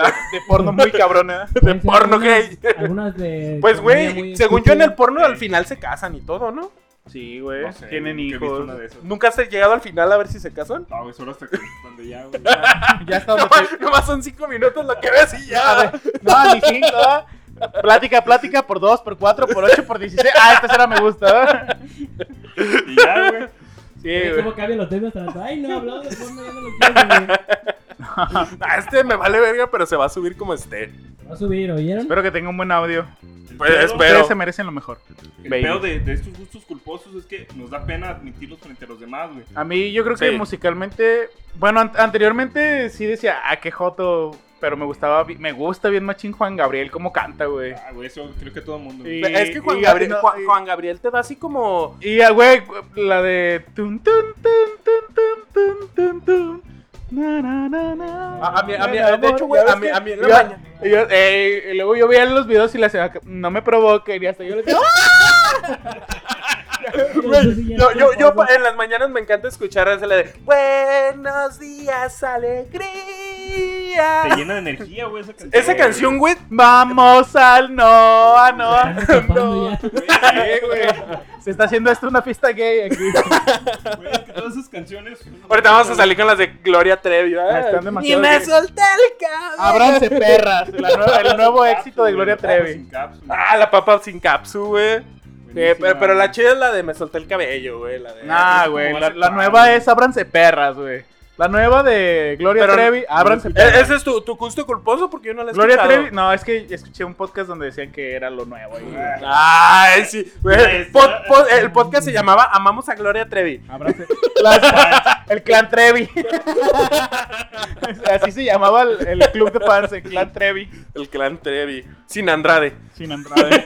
Speaker 5: porno muy cabrona.
Speaker 4: Pueden ser
Speaker 2: porno
Speaker 4: algunas-
Speaker 2: gay.
Speaker 4: Algunas de.
Speaker 2: Pues,
Speaker 4: comedia
Speaker 2: güey,
Speaker 4: muy
Speaker 2: según yo en el
Speaker 4: estúpida.
Speaker 2: porno al final se casan y todo, ¿no?
Speaker 5: Sí, güey.
Speaker 3: No sé,
Speaker 5: Tienen
Speaker 3: nunca he visto
Speaker 5: hijos.
Speaker 3: una de esas.
Speaker 2: ¿Nunca has llegado al final a ver si se casan?
Speaker 3: No, güey, solo hasta que, donde ya, güey.
Speaker 5: Ya está donde te-
Speaker 2: Nomás, nomás son cinco minutos lo que ves y ya.
Speaker 5: A ver, no, ni cinco. ¿verdad? Plática, plática por dos, por cuatro, por ocho, por dieciséis. Ah, esta será me gusta, ¿verdad?
Speaker 3: Y ya, güey.
Speaker 5: Sí, güey.
Speaker 4: ¿Cómo cambian los temas? tanto? Ay, no, hablamos de porno, ya no lo quiero, güey.
Speaker 2: Ah, este me vale verga, pero se va a subir como esté.
Speaker 4: Va a subir, ¿oyeron?
Speaker 5: Espero que tenga un buen audio.
Speaker 3: El
Speaker 2: Pues,
Speaker 3: pedo-
Speaker 2: espera. Pero-
Speaker 5: Ustedes se merecen lo mejor.
Speaker 3: El
Speaker 5: Baby.
Speaker 3: pedo de, de estos gustos culposos es que nos da pena admitirlos frente a los demás, güey.
Speaker 5: A mí yo creo que
Speaker 2: Sí.
Speaker 5: musicalmente, bueno, an- anteriormente sí decía, ah, qué joto, pero me gustaba, bi- me gusta bien machín Juan Gabriel cómo canta, güey.
Speaker 3: Ah, güey, eso creo que todo el mundo.
Speaker 5: Sí.
Speaker 3: güey.
Speaker 5: Y-
Speaker 2: es que Juan,
Speaker 5: y-
Speaker 2: Gabriel,
Speaker 5: no,
Speaker 2: Juan,
Speaker 5: y-
Speaker 2: Juan Gabriel te da así como.
Speaker 5: Y ah, güey, la de tun, tun, tun, tun, tun, tun, tun, na, na, na, na.
Speaker 2: A- a mí- a mí-
Speaker 5: Ya,
Speaker 2: de hecho,
Speaker 5: amor,
Speaker 2: güey,
Speaker 5: ya
Speaker 2: a
Speaker 5: ves
Speaker 2: mí-
Speaker 5: que-
Speaker 2: a mí en la
Speaker 5: y yo-
Speaker 2: mañana-
Speaker 5: y yo- eh, y luego yo veía los videos y la señora, no me provoque, y hasta yo le decía, "Ah".
Speaker 2: Güey, Pues, yo, yo, yo pa- en las mañanas me encanta escuchar esa la de Buenos días,
Speaker 3: Te
Speaker 2: alegría.
Speaker 3: llena de energía, güey, esa canción.
Speaker 2: Esa canción, güey,
Speaker 5: vamos al no, a
Speaker 4: Están
Speaker 5: no.
Speaker 4: escapando ya.
Speaker 5: Sí, güey. Se está haciendo esto una fiesta gay aquí.
Speaker 3: Güey, es que todas esas canciones.
Speaker 2: ahorita vamos a salir con las de Gloria Trevi.
Speaker 5: Ah,
Speaker 2: ¿verdad?
Speaker 5: están
Speaker 2: Y
Speaker 5: demasiado
Speaker 2: me
Speaker 5: bien.
Speaker 2: solté el cabello.
Speaker 5: Ábranse perras, la nueva- el nuevo éxito de Gloria Trevi.
Speaker 2: Ah, la papa sin capsu, güey. Sí, pero, pero la
Speaker 3: chica
Speaker 2: chida es la de me solté el cabello, güey. La de. eh,
Speaker 5: Nah, güey, la, la nueva es Ábranse perras, güey. La nueva de Gloria
Speaker 2: Pero-
Speaker 5: Trevi, Ábranse
Speaker 2: Eh,
Speaker 5: perras.
Speaker 2: Ese es tu, tu gusto culposo porque yo no la he
Speaker 5: Gloria
Speaker 2: escuchado.
Speaker 5: Trevi, no, es que escuché un podcast donde decían que era lo nuevo. y-
Speaker 2: Ah. Ay, sí. güey.
Speaker 3: Ya está.
Speaker 2: Pod- pod- el podcast se llamaba Amamos a Gloria Trevi.
Speaker 5: Ábranse- Las- el clan Trevi. Así se llamaba el, el club de fans, el clan Trevi.
Speaker 2: El clan Trevi. Sin Andrade.
Speaker 5: Sin Andrade.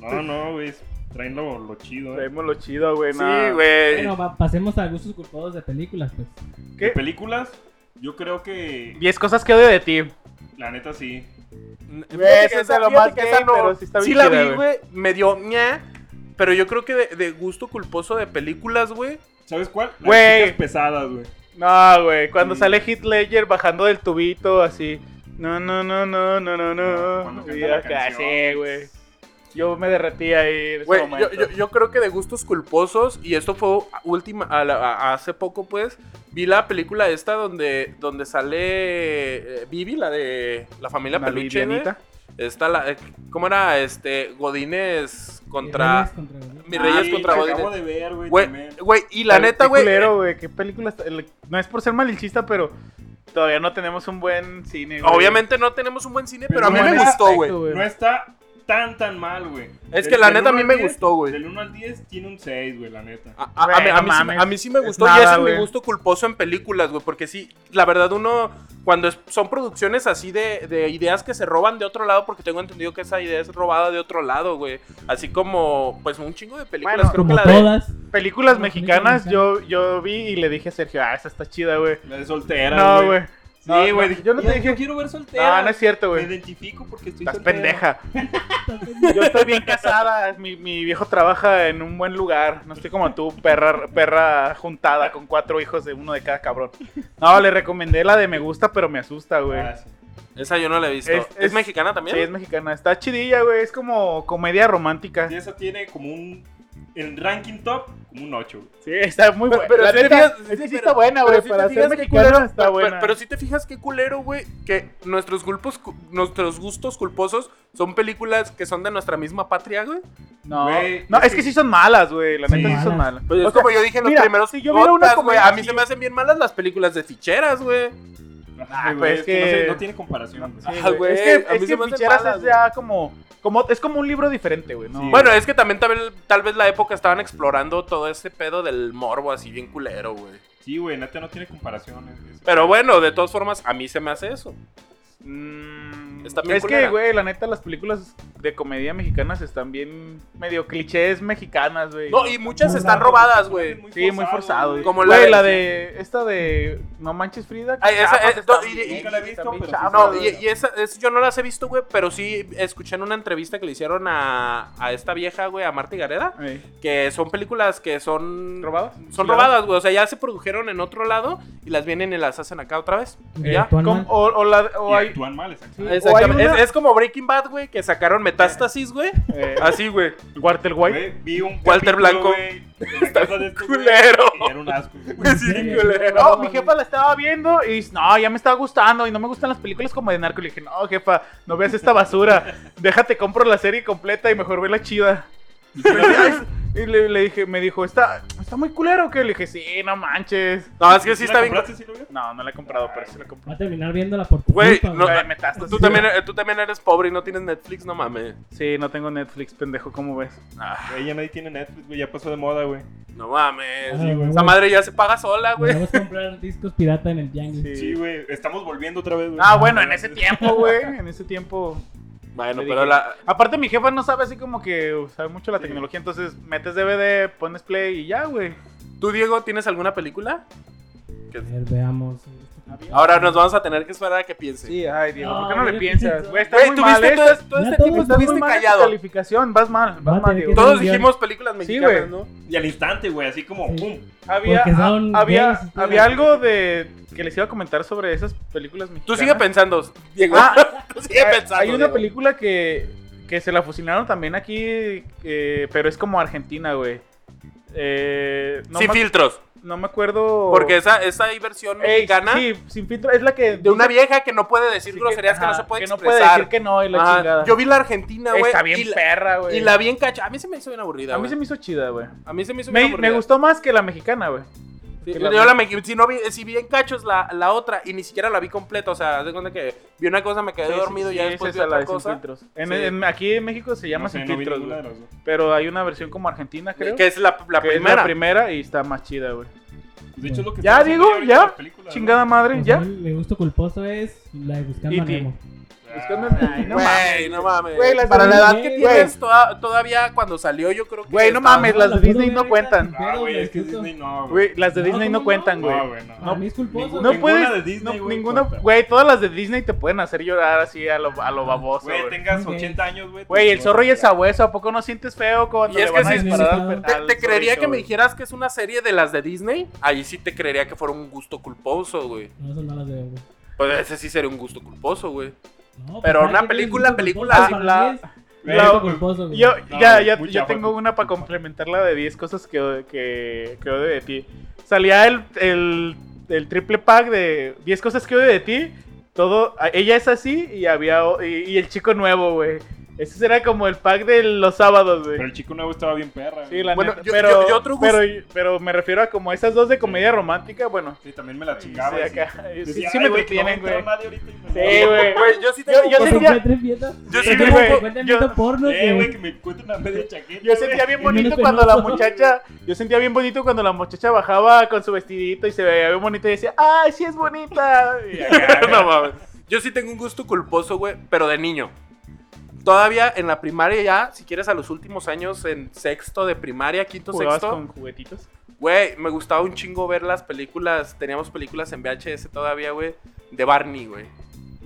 Speaker 3: No, no, güey. es- Traen lo, lo chido, eh.
Speaker 5: Traemos lo chido, güey.
Speaker 2: Sí,
Speaker 5: no.
Speaker 2: güey.
Speaker 4: Bueno, va- pasemos a gustos culpados de películas, pues.
Speaker 5: ¿Qué?
Speaker 3: De eh. películas, yo creo que.
Speaker 5: Diez cosas que odio de ti.
Speaker 3: La neta sí.
Speaker 2: Fíjate
Speaker 5: Güey,
Speaker 2: que
Speaker 5: esa es
Speaker 2: esa-
Speaker 5: de lo
Speaker 2: fíjate
Speaker 5: más
Speaker 2: que
Speaker 5: gay,
Speaker 2: esa no-
Speaker 5: pero sí está bien
Speaker 2: la
Speaker 5: chida,
Speaker 2: vi,
Speaker 5: güey.
Speaker 2: güey. Me dio ña. Pero yo creo que de, de gusto culposo de películas, güey.
Speaker 3: ¿Sabes cuál? Las
Speaker 5: Güey.
Speaker 3: chicas pesadas, güey.
Speaker 5: No, güey, cuando
Speaker 3: Sí.
Speaker 5: sale Heath Ledger bajando del tubito así. No, no, no, no, no, no,
Speaker 2: Ah,
Speaker 3: Cuando
Speaker 5: no.
Speaker 3: canta
Speaker 5: Y
Speaker 3: la
Speaker 5: acá,
Speaker 3: canción.
Speaker 5: sí, güey. Yo me derretí ahí en ese
Speaker 2: Güey, yo,
Speaker 5: momento.
Speaker 2: yo- yo creo que de gustos culposos, y esto fue última, a la- a- hace poco pues, vi la película esta donde, donde sale eh, Vivi, la de la familia
Speaker 5: Una
Speaker 2: peluche, güey.
Speaker 5: livianita.
Speaker 2: Está la, eh, ¿cómo era? Este, Godines
Speaker 4: Reyes
Speaker 2: contra...
Speaker 4: contra Godín.
Speaker 2: Mi Reyes
Speaker 3: Sí,
Speaker 2: contra
Speaker 3: que
Speaker 2: Godines.
Speaker 3: Acabo de ver, güey.
Speaker 2: Güey,
Speaker 3: también.
Speaker 2: güey, y la
Speaker 5: Qué
Speaker 2: neta, güey, eh.
Speaker 5: culero, güey, qué película. está- el- No es por ser malinchista, pero todavía no tenemos un buen cine. güey.
Speaker 2: eh, obviamente no tenemos un buen cine, pero a mí
Speaker 5: No,
Speaker 2: me
Speaker 5: en ese
Speaker 2: gustó,
Speaker 5: aspecto,
Speaker 2: güey.
Speaker 3: No está tan, tan mal, güey.
Speaker 2: Es
Speaker 3: Del-
Speaker 2: que la
Speaker 3: del
Speaker 2: neta a
Speaker 3: uno
Speaker 2: mí
Speaker 3: al
Speaker 2: me
Speaker 3: diez,
Speaker 2: gustó, güey.
Speaker 3: Del 1 al 10 tiene un 6, güey, la neta.
Speaker 2: A, a- a
Speaker 5: Güey,
Speaker 2: mí, a
Speaker 5: no
Speaker 2: mí sí me-
Speaker 5: mames.
Speaker 2: a mí sí me
Speaker 5: Es
Speaker 2: gustó y
Speaker 5: nada,
Speaker 2: ese es mi
Speaker 5: güey.
Speaker 2: gusto culposo en películas, güey, porque sí, la verdad uno, cuando es- son producciones así de, de ideas que se roban de otro lado, porque tengo entendido que esa idea es robada de otro lado, güey, así como, pues un chingo de películas,
Speaker 5: Bueno,
Speaker 2: creo
Speaker 4: Como
Speaker 2: que la de...
Speaker 4: todas.
Speaker 5: Películas
Speaker 4: Como
Speaker 5: mexicanas,
Speaker 4: película
Speaker 5: yo, yo vi y le dije a Sergio, ah, esa está chida, güey.
Speaker 3: La de soltera,
Speaker 5: No, güey.
Speaker 3: Sí, güey. dije,
Speaker 5: Yo no te
Speaker 3: "Mira,
Speaker 5: dije.
Speaker 3: quiero ver soltera.
Speaker 5: No, no es cierto,
Speaker 3: Me
Speaker 5: güey.
Speaker 3: identifico porque estoy
Speaker 5: Estás
Speaker 3: soltera.
Speaker 5: pendeja. Yo estoy bien casada, mi, mi viejo trabaja en un buen lugar, no estoy como tú, perra, perra juntada con cuatro hijos de uno de cada cabrón. No, le recomendé la de Me Gusta, pero me asusta, güey.
Speaker 3: Ah, sí.
Speaker 2: Esa yo no la he visto. ¿Es,
Speaker 5: Es- es-
Speaker 2: mexicana también?
Speaker 5: Sí, es mexicana, está chidilla, güey, es como comedia romántica.
Speaker 3: Y esa tiene como un. En ranking top, como un 8.
Speaker 5: Sí, está muy
Speaker 2: Pero-
Speaker 5: buena.
Speaker 2: pero
Speaker 5: La
Speaker 2: si te
Speaker 5: neta,
Speaker 2: fijas-
Speaker 5: es que sí
Speaker 2: pero-
Speaker 5: está buena,
Speaker 2: pero
Speaker 5: güey,
Speaker 2: si te
Speaker 5: para ser
Speaker 2: fijas qué
Speaker 5: mexicana
Speaker 2: culero-
Speaker 5: está
Speaker 2: pero-
Speaker 5: buena.
Speaker 2: Pero, si te fijas qué culero, güey, que nuestros grupos, cu- nuestros gustos culposos son películas que son de nuestra misma patria, güey.
Speaker 5: no,
Speaker 3: Güey,
Speaker 5: no,
Speaker 3: es
Speaker 5: es que
Speaker 3: que-
Speaker 5: sí son malas, güey, la
Speaker 3: Sí.
Speaker 5: neta sí son
Speaker 4: Malas.
Speaker 5: malas.
Speaker 2: Pues es
Speaker 5: O sea,
Speaker 2: como yo dije en los
Speaker 5: mira,
Speaker 2: primeros
Speaker 5: si yo viera una
Speaker 2: podcasts, güey,
Speaker 5: comedia
Speaker 2: A mí
Speaker 5: así-
Speaker 2: se me hacen bien malas las películas de ficheras, güey.
Speaker 5: Ah,
Speaker 3: Ay, güey,
Speaker 5: pues
Speaker 3: es que no,
Speaker 5: que-
Speaker 3: sé, no tiene comparación. güey.
Speaker 5: Sí,
Speaker 2: Ah,
Speaker 5: güey.
Speaker 2: güey,
Speaker 5: Es que,
Speaker 2: a
Speaker 5: es
Speaker 2: mí se
Speaker 5: que
Speaker 2: me hacen
Speaker 5: ficheras
Speaker 2: malas,
Speaker 5: es
Speaker 2: güey.
Speaker 5: ya como, como. Es como un libro diferente, güey. ¿no?
Speaker 3: Sí.
Speaker 2: Bueno, es que también tal vez, tal vez la época estaban explorando todo este pedo del morbo así bien culero, güey.
Speaker 3: Sí, güey, neta no tiene comparación. es- es-
Speaker 2: Pero bueno, de todas formas, a mí se me hace eso.
Speaker 5: Mm,
Speaker 2: Está bien
Speaker 5: es
Speaker 2: culera.
Speaker 5: que, güey, la neta, las películas de comedia mexicanas están bien medio clichés mexicanas, güey.
Speaker 2: No, y muchas
Speaker 4: No,
Speaker 2: están
Speaker 4: no,
Speaker 2: robadas, güey.
Speaker 5: sí, muy forzado.
Speaker 3: güey.
Speaker 5: güey.
Speaker 2: Como
Speaker 5: Güey,
Speaker 2: la
Speaker 5: la
Speaker 2: de-
Speaker 5: de. Esta de. No manches Frida.
Speaker 2: Ay, esa-
Speaker 5: chafas
Speaker 2: eh,
Speaker 5: están
Speaker 2: no, y-
Speaker 5: bien,
Speaker 2: y-
Speaker 3: Nunca la he visto,
Speaker 5: están bien
Speaker 3: pero sí
Speaker 5: chafas,
Speaker 2: No,
Speaker 5: güey.
Speaker 2: y, y esa, es- yo no las he visto, güey, pero sí escuché en una entrevista que le hicieron a, a esta vieja, güey, a Marta Gareda,
Speaker 5: Ey,
Speaker 2: que son películas que son...
Speaker 5: ¿Robadas?
Speaker 2: Son
Speaker 5: Sí,
Speaker 2: robadas, güey. O sea, ya se produjeron en otro lado y las vienen y las hacen acá otra vez.
Speaker 4: Y
Speaker 2: Y
Speaker 5: Eh,
Speaker 2: ya.
Speaker 4: actúan
Speaker 5: Como-
Speaker 4: mal.
Speaker 5: O, o la. O
Speaker 3: Y
Speaker 5: hay-
Speaker 3: actúan mal, exacto.
Speaker 5: Sí.
Speaker 2: Exactamente.
Speaker 5: o hay una-
Speaker 2: Es, es como Breaking Bad, güey, que sacaron Metástasis, güey.
Speaker 5: eh,
Speaker 2: Así, güey.
Speaker 5: Walter White.
Speaker 3: Güey, vi un
Speaker 2: Walter
Speaker 3: capítulo,
Speaker 2: Blanco.
Speaker 3: güey, en la casa de estos, güey,
Speaker 2: culero.
Speaker 3: y Era un asco. güey.
Speaker 2: Güey, sí,
Speaker 4: Sí,
Speaker 2: culero.
Speaker 5: No, mi jefa la estaba viendo y dice, no, ya me estaba gustando y no me gustan las películas como de narco. Le dije, no, jefa, no veas esta basura. Déjate, compro la serie completa y mejor ve la chida. Y le, le dije, me dijo, ¿está, está muy culero que le dije, sí, no manches.
Speaker 2: No, es que sí
Speaker 3: ¿La
Speaker 2: está bien.
Speaker 3: compraste, sí, lo veo?
Speaker 5: No, no la he comprado, pero sí la compré.
Speaker 4: Va a terminar viéndola por tu
Speaker 2: Güey,
Speaker 4: culpa,
Speaker 2: no-
Speaker 4: güey.
Speaker 5: La de Metástasis.
Speaker 2: Tú también, eh, tú también eres pobre y no tienes Netflix, no mames.
Speaker 5: Sí, no tengo Netflix, pendejo, ¿cómo ves?
Speaker 3: Güey, ya nadie tiene Netflix, güey, ya pasó de moda, güey.
Speaker 2: No mames.
Speaker 4: Ah, güey.
Speaker 2: Esa madre ya se paga
Speaker 5: Ah,
Speaker 2: sola, güey.
Speaker 4: Podemos comprar discos pirata en el Tianguis.
Speaker 5: Sí.
Speaker 3: Sí, güey, estamos volviendo otra vez, güey.
Speaker 5: Ah, bueno, en ese tiempo, güey, en ese tiempo.
Speaker 2: Bueno,
Speaker 5: Le
Speaker 2: pero
Speaker 5: dije,
Speaker 2: la.
Speaker 5: Aparte, mi jefa no sabe así como que sabe mucho la
Speaker 3: Sí.
Speaker 5: tecnología, entonces metes DVD, pones play y ya, güey.
Speaker 2: ¿Tú, Diego, tienes alguna película?
Speaker 4: A ver, veamos.
Speaker 2: Ahora nos vamos a tener que esperar a que piense.
Speaker 5: Sí, ay, Diego, ¿por qué
Speaker 4: Ah,
Speaker 5: no le
Speaker 4: yo
Speaker 5: piensas?
Speaker 4: pienso.
Speaker 5: Güey, está
Speaker 2: Güey,
Speaker 5: muy
Speaker 2: tú
Speaker 5: mal,
Speaker 2: viste
Speaker 5: ¿eh?
Speaker 2: todo, todo
Speaker 4: Ya
Speaker 2: este
Speaker 4: todo
Speaker 2: tiempo,
Speaker 4: está muy
Speaker 2: estuviste
Speaker 5: mal en tu
Speaker 2: callado.
Speaker 5: calificación, vas mal,
Speaker 4: Va a
Speaker 5: vas mal,
Speaker 4: tener
Speaker 5: Diego.
Speaker 4: que-
Speaker 2: Todos
Speaker 4: Bien.
Speaker 2: dijimos películas mexicanas,
Speaker 5: güey.
Speaker 2: ¿no?
Speaker 3: Y al instante, güey, así como
Speaker 4: Sí.
Speaker 3: pum.
Speaker 5: Había,
Speaker 4: Porque son
Speaker 5: ha- había,
Speaker 4: gays,
Speaker 5: había algo de que les iba a comentar sobre esas películas mexicanas.
Speaker 2: Tú sigue pensando, Diego.
Speaker 5: Ah,
Speaker 2: Tú sigue pensando.
Speaker 5: Hay una
Speaker 2: Diego.
Speaker 5: película que, que se la fusionaron también aquí, eh, pero es como argentina, güey. Eh, no,
Speaker 2: Sin
Speaker 5: me,
Speaker 2: filtros.
Speaker 5: no me acuerdo.
Speaker 2: Porque esa, esa hay versión
Speaker 5: Ey,
Speaker 2: mexicana
Speaker 5: Sí, sin filtro. Es la que.
Speaker 2: de una vieja que no puede decir
Speaker 5: sí,
Speaker 2: groserías, que, no
Speaker 5: ajá,
Speaker 2: se puede
Speaker 5: Que no puede
Speaker 2: expresar.
Speaker 5: decir que no y la
Speaker 2: Ajá.
Speaker 5: chingada.
Speaker 2: Yo vi la Argentina, güey.
Speaker 5: Está bien
Speaker 2: y la-
Speaker 5: perra, güey.
Speaker 2: Y la bien cacha. A mí se me hizo bien aburrida.
Speaker 5: A mí se
Speaker 2: me,
Speaker 5: me hizo chida, güey.
Speaker 2: a mí se me hizo bien
Speaker 5: Me,
Speaker 2: aburrida.
Speaker 5: me gustó más que la mexicana, güey.
Speaker 2: Sí,
Speaker 5: que
Speaker 2: yo
Speaker 5: la-
Speaker 2: la me- si, no vi, si bien cachos la, la otra y ni siquiera la vi completa. O sea, haz de cuenta que vi una cosa, me quedé dormido y ya
Speaker 5: Sí,
Speaker 2: después
Speaker 5: es
Speaker 2: vi
Speaker 5: esa, la
Speaker 2: otra
Speaker 5: de Sin
Speaker 2: cosa.
Speaker 5: Filtros. En-
Speaker 2: Sí.
Speaker 5: en- aquí en México se llama
Speaker 3: No sé,
Speaker 5: Sin
Speaker 3: no vi
Speaker 5: Filtros,
Speaker 3: ninguna
Speaker 5: güey.
Speaker 3: de las dos.
Speaker 5: Pero hay una versión como argentina, creo.
Speaker 2: Que es la, la
Speaker 5: que es
Speaker 2: primera.
Speaker 5: la primera y está más chida, güey.
Speaker 3: De hecho, es lo que
Speaker 5: Ya,
Speaker 3: estamos
Speaker 5: Diego,
Speaker 3: haciendo ahorita
Speaker 5: ya.
Speaker 3: las películas,
Speaker 5: Chingada madre,
Speaker 4: Pues,
Speaker 5: ¿ya?
Speaker 4: a mí Mi gusto culposo es la de Buscando a
Speaker 5: E.T.
Speaker 4: Nemo.
Speaker 3: güey.
Speaker 5: Buscando-
Speaker 3: Ah,
Speaker 5: Ay, no
Speaker 2: Güey, no mames.
Speaker 5: Güey, las
Speaker 2: Para
Speaker 5: de
Speaker 2: la edad que
Speaker 4: Disney,
Speaker 2: tienes, toda- todavía cuando salió, yo creo que.
Speaker 5: Güey, no
Speaker 2: estaba-
Speaker 5: Ah, mames, las de
Speaker 4: puedo
Speaker 5: Disney
Speaker 4: ver
Speaker 5: no
Speaker 4: ahorita
Speaker 5: cuentan.
Speaker 4: sin
Speaker 3: Ah,
Speaker 4: pedos,
Speaker 3: güey, es que
Speaker 4: disfruto.
Speaker 3: Disney no, güey.
Speaker 5: Güey, las de
Speaker 4: No,
Speaker 5: Disney
Speaker 4: ¿cómo
Speaker 5: no
Speaker 4: no?
Speaker 5: cuentan, güey.
Speaker 3: No, güey, no.
Speaker 4: Para mí es culposo.
Speaker 3: Ninguna
Speaker 5: No puedes.
Speaker 3: de Disney,
Speaker 5: no,
Speaker 3: güey,
Speaker 5: ninguna.
Speaker 3: cuenta.
Speaker 5: Güey, todas las de Disney te pueden hacer llorar así a lo, a lo baboso.
Speaker 3: Güey,
Speaker 5: Güey,
Speaker 3: tengas
Speaker 4: Ok.
Speaker 3: 80 años, güey.
Speaker 5: Güey, el zorro y el
Speaker 3: sabueso
Speaker 5: sabueso, ¿a poco no sientes feo cuando
Speaker 2: Y es
Speaker 5: le
Speaker 2: que
Speaker 5: van a
Speaker 4: sí,
Speaker 5: disparar
Speaker 4: sí,
Speaker 5: al
Speaker 2: Te,
Speaker 5: al
Speaker 2: te creería
Speaker 5: zorrito,
Speaker 2: que me
Speaker 5: güey?
Speaker 2: dijeras que es una serie de las de Disney. Ahí sí te creería que fuera un gusto culposo, güey.
Speaker 4: No, eso no las veo, güey.
Speaker 2: Pues ese sí sería un gusto culposo, güey.
Speaker 4: No, pues,
Speaker 2: Pero
Speaker 4: cada
Speaker 2: una
Speaker 4: quien tiene
Speaker 2: película,
Speaker 4: su gusto
Speaker 2: película,
Speaker 4: culposo,
Speaker 5: sí,
Speaker 4: para
Speaker 5: la-
Speaker 4: mí
Speaker 5: la-
Speaker 4: es gusto
Speaker 5: la-
Speaker 4: culposo, güey.
Speaker 5: Yo,
Speaker 3: No,
Speaker 5: ya,
Speaker 3: güey,
Speaker 5: ya,
Speaker 3: mucha
Speaker 5: yo
Speaker 3: fue
Speaker 5: tengo
Speaker 3: tu-
Speaker 5: una para
Speaker 3: tu-
Speaker 5: complementar la de 10 cosas que, que, que odio de ti. Salía el, el, el triple pack de 10 cosas que odio de ti. Todo, a- ella es así y había o- y, y el chico nuevo, güey. Ese era como el pack de los sábados,
Speaker 3: Pero el
Speaker 5: güey.
Speaker 3: chico nuevo estaba bien perra.
Speaker 5: Sí,
Speaker 3: güey.
Speaker 5: la
Speaker 2: Bueno,
Speaker 5: neta,
Speaker 2: yo-
Speaker 5: pero,
Speaker 2: yo- yo otro gusto-
Speaker 5: pero, pero me refiero a como esas dos de comedia romántica, bueno.
Speaker 3: Sí, también me la
Speaker 5: Sí,
Speaker 3: chingaba. sí.
Speaker 5: acá. Sí,
Speaker 3: Decía,
Speaker 5: sí
Speaker 3: "Ay,
Speaker 5: me
Speaker 3: güey, que no va a
Speaker 5: entretienen, güey.
Speaker 3: entrar nadie ahorita y me
Speaker 5: Sí, güey.
Speaker 2: Güey, yo sí tengo
Speaker 5: Yo- yo
Speaker 2: un-
Speaker 4: Pues,
Speaker 5: sentía-
Speaker 4: ¿por qué tres vietas?
Speaker 2: yo sí
Speaker 5: Sí,
Speaker 2: tengo
Speaker 5: güey.
Speaker 2: un-
Speaker 4: Cuentan
Speaker 5: yo-
Speaker 4: viendo porno,
Speaker 3: Eh, güey,
Speaker 4: que-
Speaker 3: que me encuentren una media chaqueta.
Speaker 5: Yo sentía bien
Speaker 4: Es
Speaker 5: bonito
Speaker 4: menos
Speaker 5: cuando la
Speaker 4: penoso.
Speaker 5: muchacha, yo sentía bien bonito cuando la muchacha bajaba con su vestidito y se veía bien bonita y decía, ¡ay, sí es bonita! Y acá,
Speaker 2: No mames. Yo sí tengo un gusto culposo, güey, pero de niño. Todavía en la primaria ya, si quieres a los últimos años, en sexto de primaria, quinto,
Speaker 5: ¿Jugabas
Speaker 2: sexto.
Speaker 5: con juguetitos?
Speaker 2: Güey, me gustaba un chingo ver las películas. Teníamos películas en VHS todavía, güey. De Barney, güey.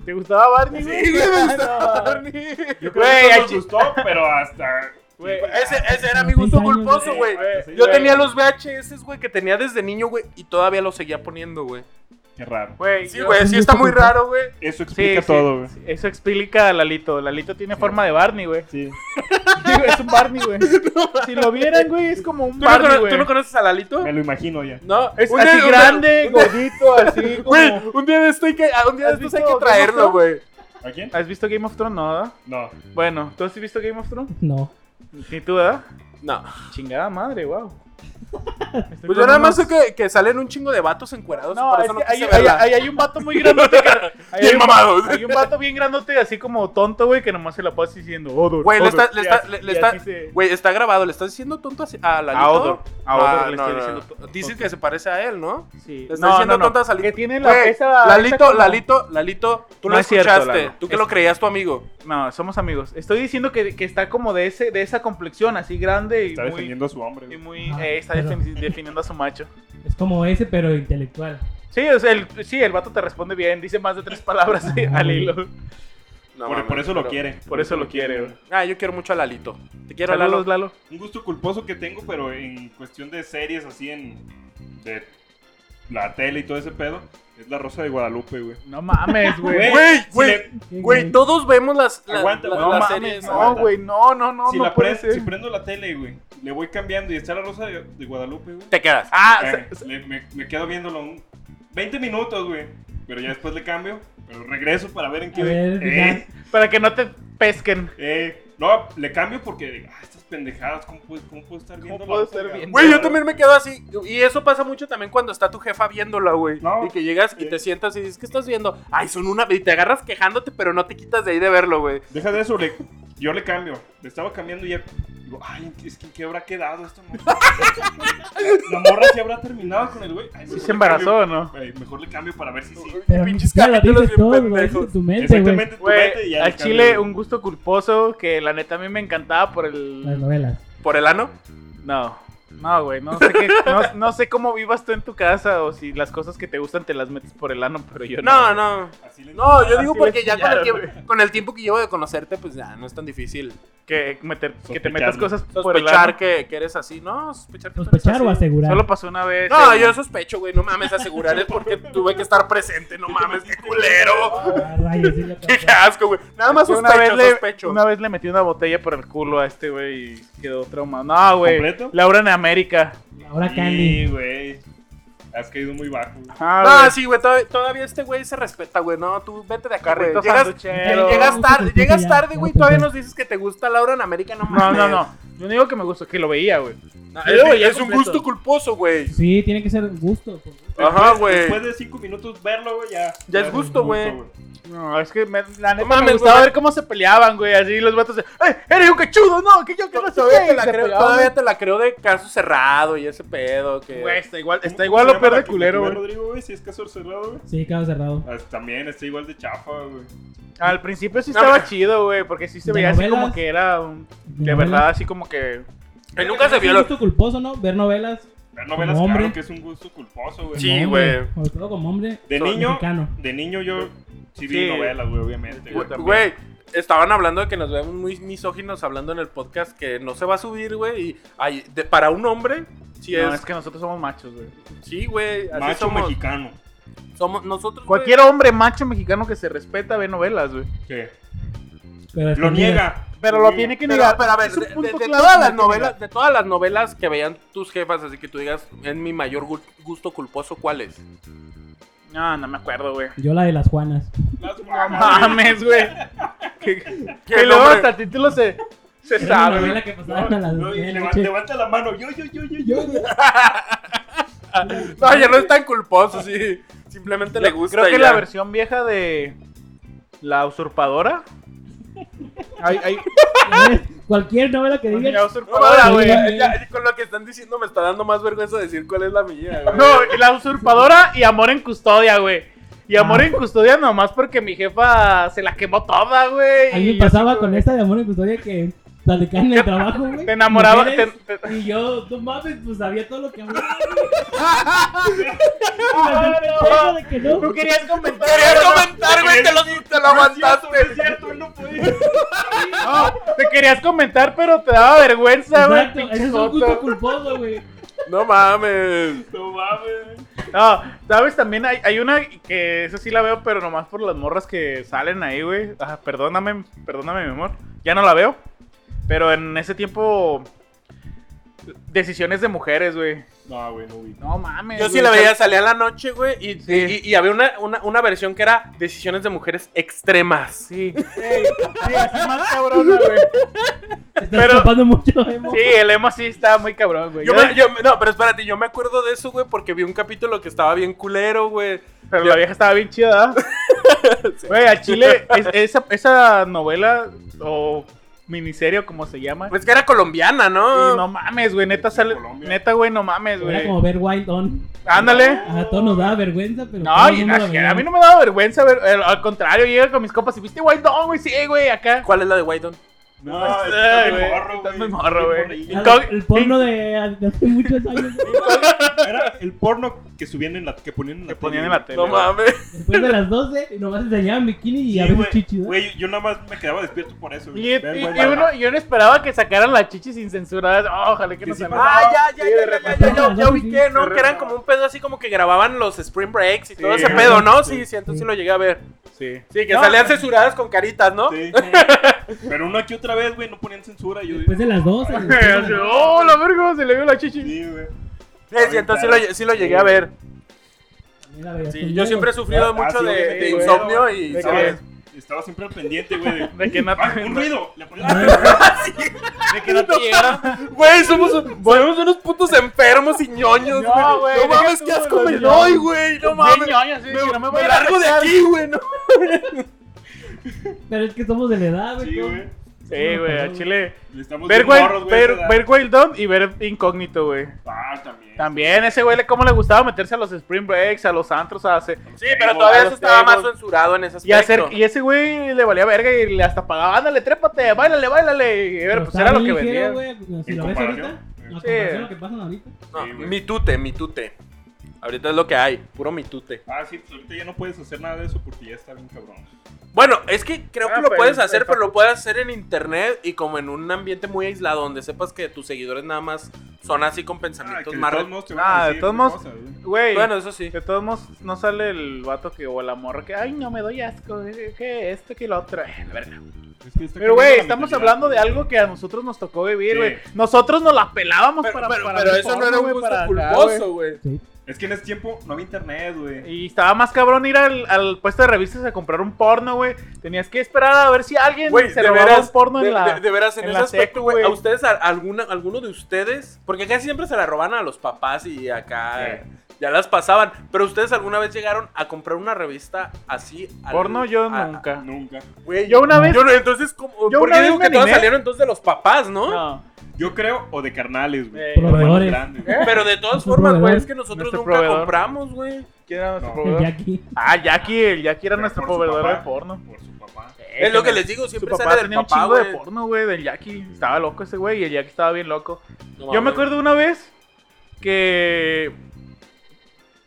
Speaker 5: ¿Te gustaba Barney?
Speaker 2: Sí, güey, me gustaba
Speaker 5: No.
Speaker 2: Barney.
Speaker 3: Yo creo
Speaker 5: Güey,
Speaker 3: que
Speaker 5: al
Speaker 3: eso nos
Speaker 5: chi-
Speaker 3: gustó, pero hasta.
Speaker 5: Güey,
Speaker 2: Ese, ese era mi
Speaker 4: Seis
Speaker 2: gusto
Speaker 4: años,
Speaker 2: culposo, güey.
Speaker 5: güey.
Speaker 2: Yo tenía los VHS, güey, que tenía desde niño, güey, y todavía los seguía poniendo, güey.
Speaker 3: Qué raro.
Speaker 5: Güey,
Speaker 2: Sí,
Speaker 5: yo-
Speaker 2: güey, sí está muy raro, güey.
Speaker 3: Eso
Speaker 5: sí,
Speaker 3: explica
Speaker 5: sí,
Speaker 3: todo, güey.
Speaker 5: sí, Eso explica a Lalito. Lalito tiene forma de Barney, güey.
Speaker 3: Sí.
Speaker 5: Sí, güey, es un Barney, güey. Si lo vieran, güey, es como un
Speaker 2: ¿Tú, no,
Speaker 5: Barney,
Speaker 2: cono-
Speaker 5: güey.
Speaker 2: tú no conoces a Lalito?
Speaker 3: Me lo imagino ya.
Speaker 2: No,
Speaker 5: Es
Speaker 2: un
Speaker 5: así
Speaker 2: día- un día-
Speaker 5: grande,
Speaker 2: un día-
Speaker 5: gordito, así
Speaker 2: Güey,
Speaker 5: como...
Speaker 2: un día de esto hay que, a un día de
Speaker 5: ¿Has
Speaker 2: estos hay
Speaker 5: visto
Speaker 2: que
Speaker 5: Game of
Speaker 2: traerlo,
Speaker 5: Thrones?
Speaker 2: güey.
Speaker 3: ¿A quién?
Speaker 5: ¿Has visto Game of Thrones? No, ¿verdad?
Speaker 3: No.
Speaker 5: Bueno, ¿tú has visto Game of Thrones?
Speaker 4: No.
Speaker 5: Ni tú, ¿verdad?
Speaker 2: No.
Speaker 5: Chingada madre, wow.
Speaker 2: Pues yo nada más sé que, que salen un chingo de vatos encuerados. y
Speaker 5: No,
Speaker 2: por
Speaker 5: es
Speaker 2: eso no
Speaker 5: que ahí,
Speaker 2: quise
Speaker 5: ahí-
Speaker 2: verla.
Speaker 5: ahí hay un vato muy grandote. que- ahí
Speaker 2: Bien
Speaker 5: hay un-
Speaker 2: mamado.
Speaker 5: Hay un vato bien grandote, así como tonto, güey, que nomás se la pasa diciendo "Oh, Odor.
Speaker 2: Güey, le
Speaker 5: Odor",
Speaker 2: está, le
Speaker 5: y
Speaker 2: está,
Speaker 5: así-
Speaker 2: le,
Speaker 5: y
Speaker 2: le está,
Speaker 5: así se-
Speaker 2: güey, está grabado, le está diciendo tonto así- a Lalito.
Speaker 5: A Odor. A Odor
Speaker 2: Ah,
Speaker 5: le
Speaker 2: no,
Speaker 5: estoy
Speaker 2: no,
Speaker 5: diciendo
Speaker 2: no.
Speaker 5: tonto.
Speaker 2: Dicen que se parece a él, ¿no?
Speaker 5: Sí.
Speaker 2: Le está diciendo tontas a Lalito.
Speaker 5: Que tiene la
Speaker 2: Güey,
Speaker 5: esa-
Speaker 2: Lalito,
Speaker 5: esa como-
Speaker 2: Lalito, Lalito, tú
Speaker 5: No
Speaker 2: lo
Speaker 5: es cierto,
Speaker 2: escuchaste.
Speaker 5: Lalo.
Speaker 2: tú que
Speaker 5: Es-
Speaker 2: lo creías tu amigo.
Speaker 5: No, somos amigos. Estoy diciendo que, que está como de ese de esa complexión, así grande y
Speaker 3: Está
Speaker 5: muy.
Speaker 3: defendiendo a su hombre.
Speaker 5: y
Speaker 3: güey.
Speaker 5: muy-
Speaker 4: Ah,
Speaker 5: eh, está
Speaker 4: pero-
Speaker 5: defini- definiendo a su macho.
Speaker 4: Es como ese, pero intelectual.
Speaker 5: Sí, o sea, el, sí, el vato te responde bien, dice más de tres palabras sí, al hilo.
Speaker 2: No,
Speaker 3: por,
Speaker 2: mames,
Speaker 3: por eso lo
Speaker 2: pero-
Speaker 3: quiere.
Speaker 5: Por eso lo quiere, güey.
Speaker 2: Ah, yo quiero mucho a Lalito. Te quiero, Lalo.
Speaker 5: Saludos, Lalo.
Speaker 3: Un gusto culposo que tengo, pero en cuestión de series así en. de la tele y todo ese pedo, es La Rosa de Guadalupe, güey.
Speaker 5: No mames, güey.
Speaker 2: Güey,
Speaker 3: si
Speaker 2: güey,
Speaker 3: le-
Speaker 2: Güey, todos vemos las, la-
Speaker 3: Aguanta,
Speaker 2: la-
Speaker 3: güey,
Speaker 5: No
Speaker 2: las
Speaker 5: mames,
Speaker 2: series.
Speaker 5: no, güey, no, no, no,
Speaker 3: si,
Speaker 5: no
Speaker 3: la
Speaker 5: puede
Speaker 3: pre-
Speaker 5: ser.
Speaker 3: si prendo la tele, güey, le voy cambiando y está La Rosa de, de Guadalupe, güey.
Speaker 2: Te quedas.
Speaker 5: Ah,
Speaker 3: Eh,
Speaker 5: se- se-
Speaker 3: le- me, me quedo viéndolo un 20 minutos, güey. Pero ya después le cambio, pero regreso para ver en qué.
Speaker 4: A ver,
Speaker 3: eh,
Speaker 5: para que no te pesquen.
Speaker 3: eh, no, le cambio porque. Ah, estas pendejadas, ¿cómo puedo, cómo puedo estar viendo
Speaker 5: puedo
Speaker 3: la
Speaker 5: estar
Speaker 3: verga?
Speaker 5: viendo?
Speaker 2: Güey, yo también me quedo así. Y eso pasa mucho también cuando está tu jefa viéndola, güey.
Speaker 3: No.
Speaker 2: Y que llegas y
Speaker 3: Sí.
Speaker 2: te sientas y dices, ¿qué estás viendo? Ay, son una... Y te agarras quejándote, pero no te quitas de ahí de verlo, güey.
Speaker 3: Deja de eso, le- yo le cambio. Le estaba cambiando y ya. Digo, ay, es que ¿en qué habrá quedado esta morra? la morra sí habrá terminado con el güey. Ay,
Speaker 5: Si
Speaker 3: mejor
Speaker 5: se
Speaker 3: le
Speaker 5: embarazó,
Speaker 3: cambio.
Speaker 5: ¿no?
Speaker 3: Ay, mejor le cambio para ver si sí.
Speaker 4: Pero
Speaker 2: Pinches
Speaker 4: ya lo
Speaker 2: capítulos
Speaker 4: dices
Speaker 2: bien
Speaker 4: todo, lo dices
Speaker 2: pendejos.
Speaker 4: en tu mente, güey.
Speaker 3: Exactamente, tú vete y
Speaker 5: Güey,
Speaker 3: ya
Speaker 5: al
Speaker 3: le cambio.
Speaker 5: chile un gusto culposo que la neta a mí me encantaba por
Speaker 4: Las
Speaker 5: el...
Speaker 4: novelas.
Speaker 2: ¿Por el ano?
Speaker 5: No, no, güey, no sé, qué- no, no sé cómo vivas tú en tu casa o si las cosas que te gustan te las metes por el ano, pero yo
Speaker 2: No,
Speaker 5: no.
Speaker 2: no.
Speaker 3: Así le-
Speaker 2: No,
Speaker 4: Ah,
Speaker 2: yo digo
Speaker 5: Así
Speaker 2: porque
Speaker 5: les
Speaker 2: ya con el,
Speaker 5: pillaron,
Speaker 2: tiempo, con el tiempo que llevo de conocerte, pues ya no es tan difícil
Speaker 5: Que, meter, que te
Speaker 3: Sospechar,
Speaker 5: metas
Speaker 3: ¿no?
Speaker 5: cosas por el
Speaker 2: sospechar
Speaker 5: ano.
Speaker 2: que, que eres así. No, sospechar que tú eres
Speaker 4: Sospechar o
Speaker 2: así.
Speaker 4: asegurar.
Speaker 5: Solo pasó una vez.
Speaker 2: No,
Speaker 5: eh,
Speaker 2: yo sospecho, güey. No mames, asegurar es porque tuve que estar presente. No mames, qué culero.
Speaker 4: Ah, rayos, sí le pasó.
Speaker 2: Qué asco, güey. Nada más
Speaker 5: una vez,
Speaker 2: sospecho,
Speaker 5: le,
Speaker 2: sospecho.
Speaker 5: una vez le metí una botella por el culo a este güey y quedó traumado. No, güey.
Speaker 3: ¿Completo?
Speaker 5: Laura en América.
Speaker 2: Ah,
Speaker 4: Ahora
Speaker 3: Sí,
Speaker 4: Candy.
Speaker 3: güey. Has caído muy bajo. güey.
Speaker 5: Ah,
Speaker 2: No,
Speaker 5: güey.
Speaker 2: sí, güey, todavía, todavía este güey se respeta, güey. No, tú vete de acá, güey.
Speaker 5: Carrito
Speaker 2: Llegas,
Speaker 5: sanduchero.
Speaker 2: llegas tarde, llegas
Speaker 4: Ya,
Speaker 2: tarde,
Speaker 4: ya,
Speaker 2: güey,
Speaker 4: ya,
Speaker 2: todavía
Speaker 4: ya.
Speaker 2: nos dices que te gusta Laura en América, no
Speaker 5: No,
Speaker 2: mames.
Speaker 5: no, no. Yo no digo que me gustó, que lo veía, güey.
Speaker 2: No,
Speaker 5: Yo lo
Speaker 2: es,
Speaker 5: veía
Speaker 2: es un
Speaker 5: completo.
Speaker 2: gusto culposo, güey.
Speaker 4: Sí, tiene que ser gusto. pues. por gusto.
Speaker 2: Ajá,
Speaker 3: Después-
Speaker 2: güey.
Speaker 3: Después de 5 minutos verlo, güey, ya.
Speaker 2: Ya es gusto, güey.
Speaker 5: No, es que me, la neta
Speaker 2: mames,
Speaker 5: me gustaba
Speaker 2: güey.
Speaker 5: ver cómo se peleaban, güey. Así los vatos de, ¡eh, eres un cachudo! No, que yo que no
Speaker 2: Todavía
Speaker 5: sabía.
Speaker 2: te la creo- todavía te la creo de caso cerrado y ese pedo que...
Speaker 5: Güey, está igual,
Speaker 2: Este
Speaker 3: ¿Cómo-
Speaker 5: está igual
Speaker 3: cómo
Speaker 5: lo
Speaker 3: se llama
Speaker 5: peor de
Speaker 3: la que-
Speaker 5: culero,
Speaker 3: la que ve
Speaker 5: güey.
Speaker 3: Rodrigo, güey, si es caso cerrado, güey.
Speaker 4: Sí, quedado cerrado.
Speaker 3: Ah, También está igual de chafa, güey.
Speaker 5: Al principio sí
Speaker 2: No,
Speaker 5: estaba
Speaker 2: güey.
Speaker 5: chido, güey, porque sí se
Speaker 4: De
Speaker 5: veía así
Speaker 4: novelas.
Speaker 5: como que era un- De
Speaker 4: novelas.
Speaker 5: verdad, así como que.
Speaker 2: Y nunca se
Speaker 4: Es un
Speaker 2: vio lo...
Speaker 4: gusto culposo, ¿no? Ver novelas.
Speaker 3: Ver novelas,
Speaker 4: Como hombre.
Speaker 3: claro que es un gusto culposo, güey.
Speaker 2: Sí,
Speaker 4: como
Speaker 2: güey.
Speaker 4: hombre, Sobre todo como hombre.
Speaker 3: De
Speaker 2: Soy
Speaker 3: niño,
Speaker 4: mexicano.
Speaker 3: de niño yo sí vi
Speaker 5: Sí.
Speaker 3: novelas, güey, obviamente.
Speaker 5: Yo
Speaker 3: güey.
Speaker 5: también.
Speaker 2: Güey, estaban hablando de que nos vemos muy misóginos hablando en el podcast que no se va a subir, güey. Y ay, de- para un hombre, sí
Speaker 5: no,
Speaker 2: es...
Speaker 5: es que nosotros somos machos, güey.
Speaker 2: Sí, güey. Así
Speaker 3: Macho
Speaker 2: somos.
Speaker 3: mexicano.
Speaker 2: Somos nosotros, güey.
Speaker 5: Cualquier hombre macho mexicano que se respeta ve novelas, güey.
Speaker 3: que
Speaker 4: Pero
Speaker 3: Lo
Speaker 4: escondidas.
Speaker 3: niega.
Speaker 5: Pero lo
Speaker 3: Sí.
Speaker 5: tiene que
Speaker 2: Pero,
Speaker 5: negar.
Speaker 2: pero a ver,
Speaker 5: Es un
Speaker 2: de, de-
Speaker 5: punto
Speaker 2: de
Speaker 5: clave
Speaker 2: todas
Speaker 5: que
Speaker 2: las
Speaker 5: tiene que
Speaker 2: novelas,
Speaker 5: negar.
Speaker 2: de todas las novelas que veían tus jefas, así que tú digas, es mi mayor gu- gusto culposo, ¿cuál es?
Speaker 5: No, no me acuerdo, güey.
Speaker 4: Yo la de las Juanas.
Speaker 3: Las
Speaker 5: No
Speaker 3: guamas, güey.
Speaker 5: mames, güey. Que
Speaker 2: ¿Qué
Speaker 5: que luego
Speaker 2: nombre?
Speaker 5: hasta el título se, se
Speaker 4: Era una
Speaker 5: sabe.
Speaker 4: novela
Speaker 5: güey.
Speaker 4: que
Speaker 3: No,
Speaker 4: pasaban a las
Speaker 3: no, y
Speaker 4: nueve de la
Speaker 3: levanta,
Speaker 4: noche.
Speaker 3: levanta la mano. Yo, yo, yo, yo, yo.
Speaker 4: Yo, güey.
Speaker 2: No, ya no es tan culposo, sí. Simplemente le gusta.
Speaker 5: Creo que
Speaker 2: y
Speaker 5: la
Speaker 2: ya.
Speaker 5: versión vieja de La usurpadora. Ay, ay,
Speaker 4: Cualquier novela que
Speaker 5: la
Speaker 4: digas.
Speaker 2: No,
Speaker 5: usurpadora,
Speaker 2: ahora,
Speaker 4: Hola,
Speaker 2: güey.
Speaker 5: güey.
Speaker 4: Sí,
Speaker 2: ya- ya con lo que están diciendo me está dando más vergüenza decir cuál es la mía, güey.
Speaker 5: No, y la usurpadora y amor en custodia, güey. Y amor en custodia nomás porque mi jefa se la quemó toda, güey.
Speaker 4: A mí
Speaker 5: Y
Speaker 4: me
Speaker 5: yo
Speaker 4: pasaba
Speaker 5: así
Speaker 4: con
Speaker 5: como-
Speaker 4: esta de amor en custodia que platicaban en el trabajo, güey.
Speaker 5: Te enamoraba, te-
Speaker 4: Mujeres,
Speaker 5: te-
Speaker 4: Y yo, no mames, pues sabía todo lo que hablaba.
Speaker 5: Ah,
Speaker 4: Eso de
Speaker 5: no.
Speaker 4: que no.
Speaker 5: Tú querías comentar.
Speaker 2: Quería
Speaker 5: ¿no?
Speaker 2: comentar, güey, te lo, te lo
Speaker 3: No es cierto, no
Speaker 2: aguantaste.
Speaker 3: es cierto, él no podía.
Speaker 5: No, te querías comentar, pero te daba vergüenza, güey.
Speaker 4: Exacto,
Speaker 5: pinche
Speaker 4: ese es un gusto
Speaker 5: joto.
Speaker 4: culposo, güey.
Speaker 2: No mames.
Speaker 3: No mames.
Speaker 5: No, sabes, también hay, hay una que esa sí la veo, pero nomás por las morras que salen ahí, güey. Ah, perdóname, perdóname, mi amor. Ya no la veo. Pero en ese tiempo Decisiones de mujeres, güey.
Speaker 3: No, güey, no vi.
Speaker 5: No mames.
Speaker 2: Yo sí
Speaker 5: güey,
Speaker 2: la
Speaker 5: o sea,
Speaker 2: veía, salía en la noche, güey, y,
Speaker 5: Sí.
Speaker 2: y- y había una, una, una versión que era decisiones de mujeres extremas.
Speaker 5: Sí. Ey, sí, así más cabrona, güey.
Speaker 4: Estás
Speaker 5: Pero-
Speaker 4: chupando mucho, Emo.
Speaker 5: Sí, el emo sí está muy cabrón, güey.
Speaker 2: Yo
Speaker 5: Ya-
Speaker 2: me- yo me- no, pero espérate, yo me acuerdo de eso, güey, porque vi un capítulo que estaba bien culero, güey.
Speaker 5: Pero la vieja estaba bien chida, ¿verdad? Güey, al Chile, es- esa, esa novela o miniserie, o como se llama.
Speaker 2: Pues que era colombiana, ¿no?
Speaker 5: y no mames, güey, neta sale.
Speaker 3: Colombia.
Speaker 5: Neta, güey, no mames,
Speaker 4: Era
Speaker 5: güey.
Speaker 4: como ver Wild On.
Speaker 5: Ándale.
Speaker 4: Ajá, todo nos daba vergüenza, pero. todo
Speaker 5: No,
Speaker 4: el
Speaker 5: y
Speaker 4: mundo
Speaker 5: a
Speaker 4: lo veía.
Speaker 5: a mí no me daba vergüenza, ver, al- al contrario, llega con mis compas y viste Wild Dog, güey, sí, güey, acá.
Speaker 2: ¿Cuál es la de White
Speaker 3: No,
Speaker 5: pues, No,
Speaker 3: estás muy
Speaker 5: güey,
Speaker 3: morro,
Speaker 5: estás
Speaker 3: güey.
Speaker 5: muy morro, güey.
Speaker 4: Era
Speaker 5: Incog-
Speaker 4: El porno de, de hace muchos años.
Speaker 3: Era el porno que subían en la que ponían en la
Speaker 5: Que ponían en la tele.
Speaker 2: No
Speaker 5: güey.
Speaker 2: mames.
Speaker 4: Después de las 12, y nomás enseñaban bikini y
Speaker 3: Sí,
Speaker 4: a veces
Speaker 3: güey,
Speaker 4: chichis. ¿no?
Speaker 3: Güey, yo nada más me quedaba despierto por eso.
Speaker 5: Y,
Speaker 3: Ver,
Speaker 5: y-
Speaker 3: güey,
Speaker 5: y uno, yo no esperaba que sacaran la chichi sin censura. Oh, ojalá que
Speaker 3: Que
Speaker 5: no
Speaker 3: sí
Speaker 5: se
Speaker 3: pasaba.
Speaker 5: vea.
Speaker 2: Ah, ya, ya,
Speaker 5: Sí,
Speaker 2: ya,
Speaker 5: de
Speaker 2: ya, ya,
Speaker 5: repente.
Speaker 2: ya, ya, ya ubiqué, ¿no?
Speaker 5: Sí.
Speaker 2: Que eran como un pedo así como que grababan los spring breaks y todo
Speaker 5: Sí.
Speaker 2: ese pedo, ¿no?
Speaker 3: Sí.
Speaker 2: Sí, sí, entonces sí lo llegué a ver.
Speaker 5: Sí.
Speaker 2: Sí, que
Speaker 5: No,
Speaker 2: salían censuradas con caritas, ¿no?
Speaker 3: Sí. Pero uno aquí otra vez, güey, no ponían censura. Yo,
Speaker 4: Después de las 12. después de las-
Speaker 5: Así, Oh, la verga, se le vio la chichi.
Speaker 3: Sí, güey.
Speaker 2: Sí, sí, entonces sí lo, lle- sí lo llegué a ver.
Speaker 4: Mira, veías
Speaker 2: Sí,
Speaker 4: con
Speaker 2: yo
Speaker 4: miedo.
Speaker 2: siempre he sufrido
Speaker 3: Ah,
Speaker 2: mucho
Speaker 3: sí,
Speaker 2: de,
Speaker 3: obviamente,
Speaker 2: de
Speaker 5: güey.
Speaker 2: insomnio y...
Speaker 5: De
Speaker 2: ¿sabes?
Speaker 5: que-
Speaker 3: Estaba siempre al pendiente, güey. de-
Speaker 5: De que no
Speaker 3: Ah, un ruido. Le ponía
Speaker 5: de que no te llegara.
Speaker 2: Güey, somos, somos unos putos enfermos y ñoños,
Speaker 5: No,
Speaker 2: güey. No,
Speaker 5: güey, deja
Speaker 2: mames,
Speaker 5: tú,
Speaker 2: qué asco
Speaker 5: güey,
Speaker 2: me
Speaker 5: no.
Speaker 2: doy, güey. No mames.
Speaker 5: Me,
Speaker 2: Me,
Speaker 5: no me voy
Speaker 2: me
Speaker 5: a
Speaker 2: largo de
Speaker 5: regresar.
Speaker 2: aquí, güey. No.
Speaker 4: Pero es que somos de la edad, güey.
Speaker 3: Sí,
Speaker 4: ¿no?
Speaker 3: güey.
Speaker 5: Sí, güey, al chile.
Speaker 3: Le estamos
Speaker 5: Ver
Speaker 3: bien morros,
Speaker 5: Wild, ver,
Speaker 3: esa edad.
Speaker 5: ver Wild Dawn y ver Incógnito, güey.
Speaker 3: Ah, también.
Speaker 5: También ese güey, le- ¿cómo le gustaba meterse a los Spring Breaks, a los antros, a hacer...
Speaker 2: Sí, pero todavía eso
Speaker 5: los
Speaker 2: estaba más
Speaker 5: tables.
Speaker 2: censurado en ese
Speaker 5: Y,
Speaker 2: aspecto.
Speaker 5: hacer, y ese güey le valía verga y le hasta pagaba, ándale, trépate, bailale, bailale. Y,
Speaker 4: Pero
Speaker 5: ver, pues
Speaker 4: está
Speaker 5: era lo que
Speaker 4: bien ligero,
Speaker 5: vendía.
Speaker 4: güey, pues, Si
Speaker 3: En
Speaker 4: lo ves
Speaker 3: comparación.
Speaker 4: ahorita,
Speaker 3: Sí.
Speaker 4: no, comparación a lo que pasan ahorita.
Speaker 2: No,
Speaker 3: Sí, güey.
Speaker 2: mitute, mitute. Ahorita es lo que hay, puro mitute.
Speaker 3: Ah, sí, pues ahorita ya no puedes hacer nada de eso porque ya está bien cabrón.
Speaker 2: Bueno, es que creo
Speaker 5: Ah,
Speaker 2: que lo
Speaker 5: pero-
Speaker 2: puedes hacer,
Speaker 5: pero-
Speaker 2: pero lo puedes hacer en internet y como en un ambiente muy aislado, donde sepas que tus seguidores nada más son así con
Speaker 3: Ah, que
Speaker 2: pensamientos
Speaker 3: de
Speaker 2: más...
Speaker 3: todos
Speaker 2: re-
Speaker 3: modos te
Speaker 5: Ah,
Speaker 3: van a
Speaker 5: de
Speaker 3: decir
Speaker 5: todos modos-
Speaker 3: cosas, güey.
Speaker 5: Güey,
Speaker 2: Bueno, eso sí.
Speaker 5: de todos modos no sale el vato que o la morra que, ay, no me doy asco, eh, que esto, que lo otro. eh, la verga.
Speaker 3: Es que está cambiando
Speaker 5: Pero, güey,
Speaker 3: la
Speaker 5: estamos
Speaker 3: mentalidad,
Speaker 5: hablando de
Speaker 3: güey.
Speaker 5: algo que a nosotros nos tocó vivir,
Speaker 3: Sí.
Speaker 5: güey. Nosotros nos la pelábamos
Speaker 2: Pero,
Speaker 5: para,
Speaker 2: pero-
Speaker 5: para
Speaker 2: pero
Speaker 5: ver
Speaker 2: eso
Speaker 5: porno,
Speaker 2: no era un
Speaker 5: güey,
Speaker 2: gusto
Speaker 5: para acá,
Speaker 2: culposo,
Speaker 5: güey.
Speaker 2: güey.
Speaker 3: Es que en ese tiempo no había internet, güey.
Speaker 5: Y estaba más cabrón ir al, al puesto de revistas a comprar un porno, güey. Tenías que esperar a ver si alguien
Speaker 2: Güey,
Speaker 5: se
Speaker 2: de
Speaker 5: robaba
Speaker 2: veras,
Speaker 5: un porno
Speaker 2: de,
Speaker 5: en la...
Speaker 2: de- de veras, en,
Speaker 5: en
Speaker 2: ese
Speaker 5: la
Speaker 2: aspecto,
Speaker 5: secu,
Speaker 2: güey,
Speaker 5: güey.
Speaker 2: a ustedes, a- alguna, alguno de ustedes, porque casi siempre se la roban a los papás y acá ya las pasaban, pero ustedes alguna vez llegaron a comprar una revista así. al-
Speaker 5: Porno yo
Speaker 2: a-
Speaker 5: nunca.
Speaker 3: Nunca.
Speaker 2: Güey,
Speaker 5: Yo una vez...
Speaker 2: Yo no, entonces, como
Speaker 5: Yo
Speaker 2: Yo
Speaker 5: una
Speaker 2: porque digo
Speaker 5: vez me
Speaker 2: que todas
Speaker 5: animé.
Speaker 2: salieron entonces de los papás, ¿no?
Speaker 5: No.
Speaker 3: Yo creo, o de carnales, güey. O
Speaker 5: Eh,
Speaker 3: de hermanos
Speaker 4: Proveedores.
Speaker 3: grandes, güey.
Speaker 2: Pero de todas
Speaker 4: Nuestro
Speaker 2: formas, güey,
Speaker 4: proveedor.
Speaker 2: es que nosotros
Speaker 5: Nuestro
Speaker 2: nunca
Speaker 5: Este proveedor. Este
Speaker 2: compramos, güey.
Speaker 5: ¿Quién era nuestro
Speaker 3: No.
Speaker 5: proveedor?
Speaker 4: El Jackie.
Speaker 5: Ah, Jackie. El Jackie era
Speaker 3: Pero
Speaker 5: nuestro
Speaker 3: por su
Speaker 5: proveedor
Speaker 3: papá,
Speaker 5: de porno.
Speaker 3: Por su papá.
Speaker 2: Es lo que les digo,
Speaker 5: Su
Speaker 2: siempre
Speaker 5: papá
Speaker 2: sale del
Speaker 5: tenía un
Speaker 2: papá,
Speaker 5: chingo
Speaker 2: güey.
Speaker 5: de porno, güey, del Jackie. Estaba loco ese güey y el Jackie estaba bien loco.
Speaker 2: No,
Speaker 5: Yo me
Speaker 2: mames.
Speaker 5: acuerdo una vez que.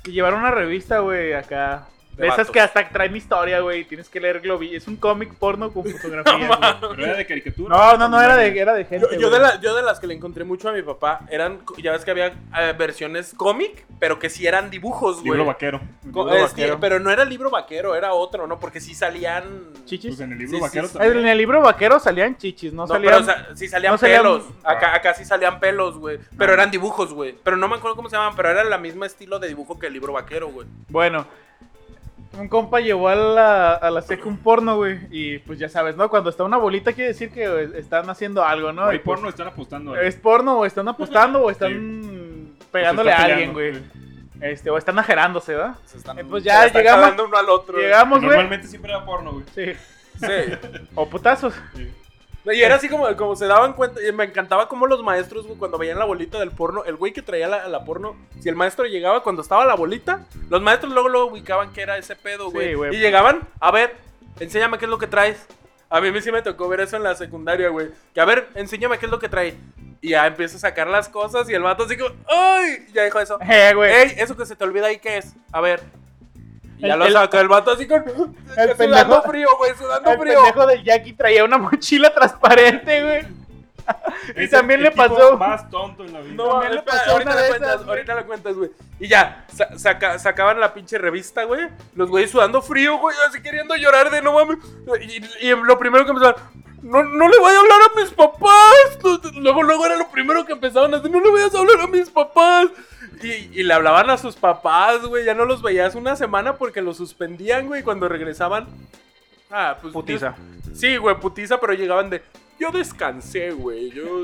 Speaker 5: que llevaron una revista, güey, acá.
Speaker 2: De
Speaker 5: De esas
Speaker 2: vatos.
Speaker 5: que hasta traen historia, güey. Tienes que leer Globi. Es un cómic porno con fotografía. güey.
Speaker 3: Pero era de caricatura.
Speaker 5: No, no, no, era de, era de gente.
Speaker 2: Yo, yo
Speaker 5: güey.
Speaker 2: de la- yo de las que le encontré mucho a mi papá eran, co- ya ves que había eh, versiones cómic, pero que sí eran dibujos, güey.
Speaker 3: Libro vaquero.
Speaker 2: Co-
Speaker 5: libro
Speaker 2: este,
Speaker 5: vaquero.
Speaker 2: Pero no era libro vaquero, era otro, ¿no? Porque sí salían...
Speaker 5: Chichis.
Speaker 3: Pues en el libro
Speaker 2: Sí, sí,
Speaker 3: vaquero
Speaker 2: sí.
Speaker 3: también.
Speaker 5: En el libro vaquero salían chichis, no,
Speaker 2: No,
Speaker 5: salían.
Speaker 2: pero sa- sí salían
Speaker 5: no salían-
Speaker 2: pelos. Acá,
Speaker 3: Ah.
Speaker 2: acá sí salían pelos, güey. Pero eran dibujos, güey. Pero no me acuerdo cómo se llamaban, pero era el mismo estilo de dibujo que el libro vaquero, güey.
Speaker 5: Bueno, un compa llevó a la, a la secu un porno, güey. Y pues ya sabes, ¿no? Cuando está una bolita quiere decir que eh, están haciendo algo, ¿no?
Speaker 3: Güey,
Speaker 5: Y, pues,
Speaker 3: porno están apostando.
Speaker 5: Es porno, o están apostando, o están pegándole
Speaker 3: Pues
Speaker 5: a
Speaker 3: está
Speaker 5: alguien,
Speaker 3: peleando,
Speaker 5: güey. Este, o están ajerándose, ¿verdad?
Speaker 2: Se están-
Speaker 5: Eh, pues ya
Speaker 2: se están
Speaker 5: llegamos-
Speaker 2: cagando uno al otro. güey.
Speaker 5: Llegamos, güey.
Speaker 3: Normalmente siempre era porno, güey.
Speaker 5: Sí.
Speaker 2: Sí.
Speaker 5: O putazos.
Speaker 3: Sí.
Speaker 2: No, Y era así como, como se daban cuenta. Y me encantaba como los maestros, güey, cuando veían la bolita del porno, el güey que traía la, la porno, si el maestro llegaba cuando estaba la bolita, los maestros luego lo ubicaban que era ese pedo,
Speaker 5: Sí,
Speaker 2: güey.
Speaker 5: güey.
Speaker 2: y llegaban, a ver, enséñame qué es lo que traes. A mí sí me tocó ver eso en la secundaria, güey. Que a ver, enséñame qué es lo que trae. Y ya empieza a sacar las cosas y el vato así como, ¡ay! Ya dijo eso.
Speaker 5: Eh, güey.
Speaker 2: ¡Ey! Eso que se te olvida ahí, ¿qué es? A ver. Y ya
Speaker 5: El-
Speaker 2: lo
Speaker 5: el-
Speaker 2: saca el vato así con.
Speaker 5: el
Speaker 2: sudando
Speaker 5: pendejo-
Speaker 2: frío, güey, sudando
Speaker 5: el
Speaker 2: frío.
Speaker 5: pendejo del Jackie traía una mochila transparente, güey. Y
Speaker 3: Es
Speaker 5: también
Speaker 3: el
Speaker 5: le
Speaker 3: tipo
Speaker 5: pasó.
Speaker 3: más tonto en la vida.
Speaker 2: No,
Speaker 5: También le
Speaker 2: espera,
Speaker 5: pasó
Speaker 2: ahorita
Speaker 5: una
Speaker 2: la
Speaker 5: de
Speaker 2: cuentas,
Speaker 5: esas, güey.
Speaker 2: ahorita la cuentas, güey. Y ya, sa- saca- sacaban la pinche revista, güey. Los güeyes sudando frío, güey, así queriendo llorar de no mames. Y, y lo primero que empezaban, No, no le voy a hablar a mis papás. Luego, luego era lo primero que empezaban a hacer. No le vayas a hablar a mis papás. Y, y le hablaban a sus papás, güey. Ya no los veías una semana porque los suspendían, güey. y Cuando regresaban. Ah, pues.
Speaker 5: Putiza.
Speaker 2: Sí, güey, putiza, pero llegaban de. Yo descansé, güey. Yo.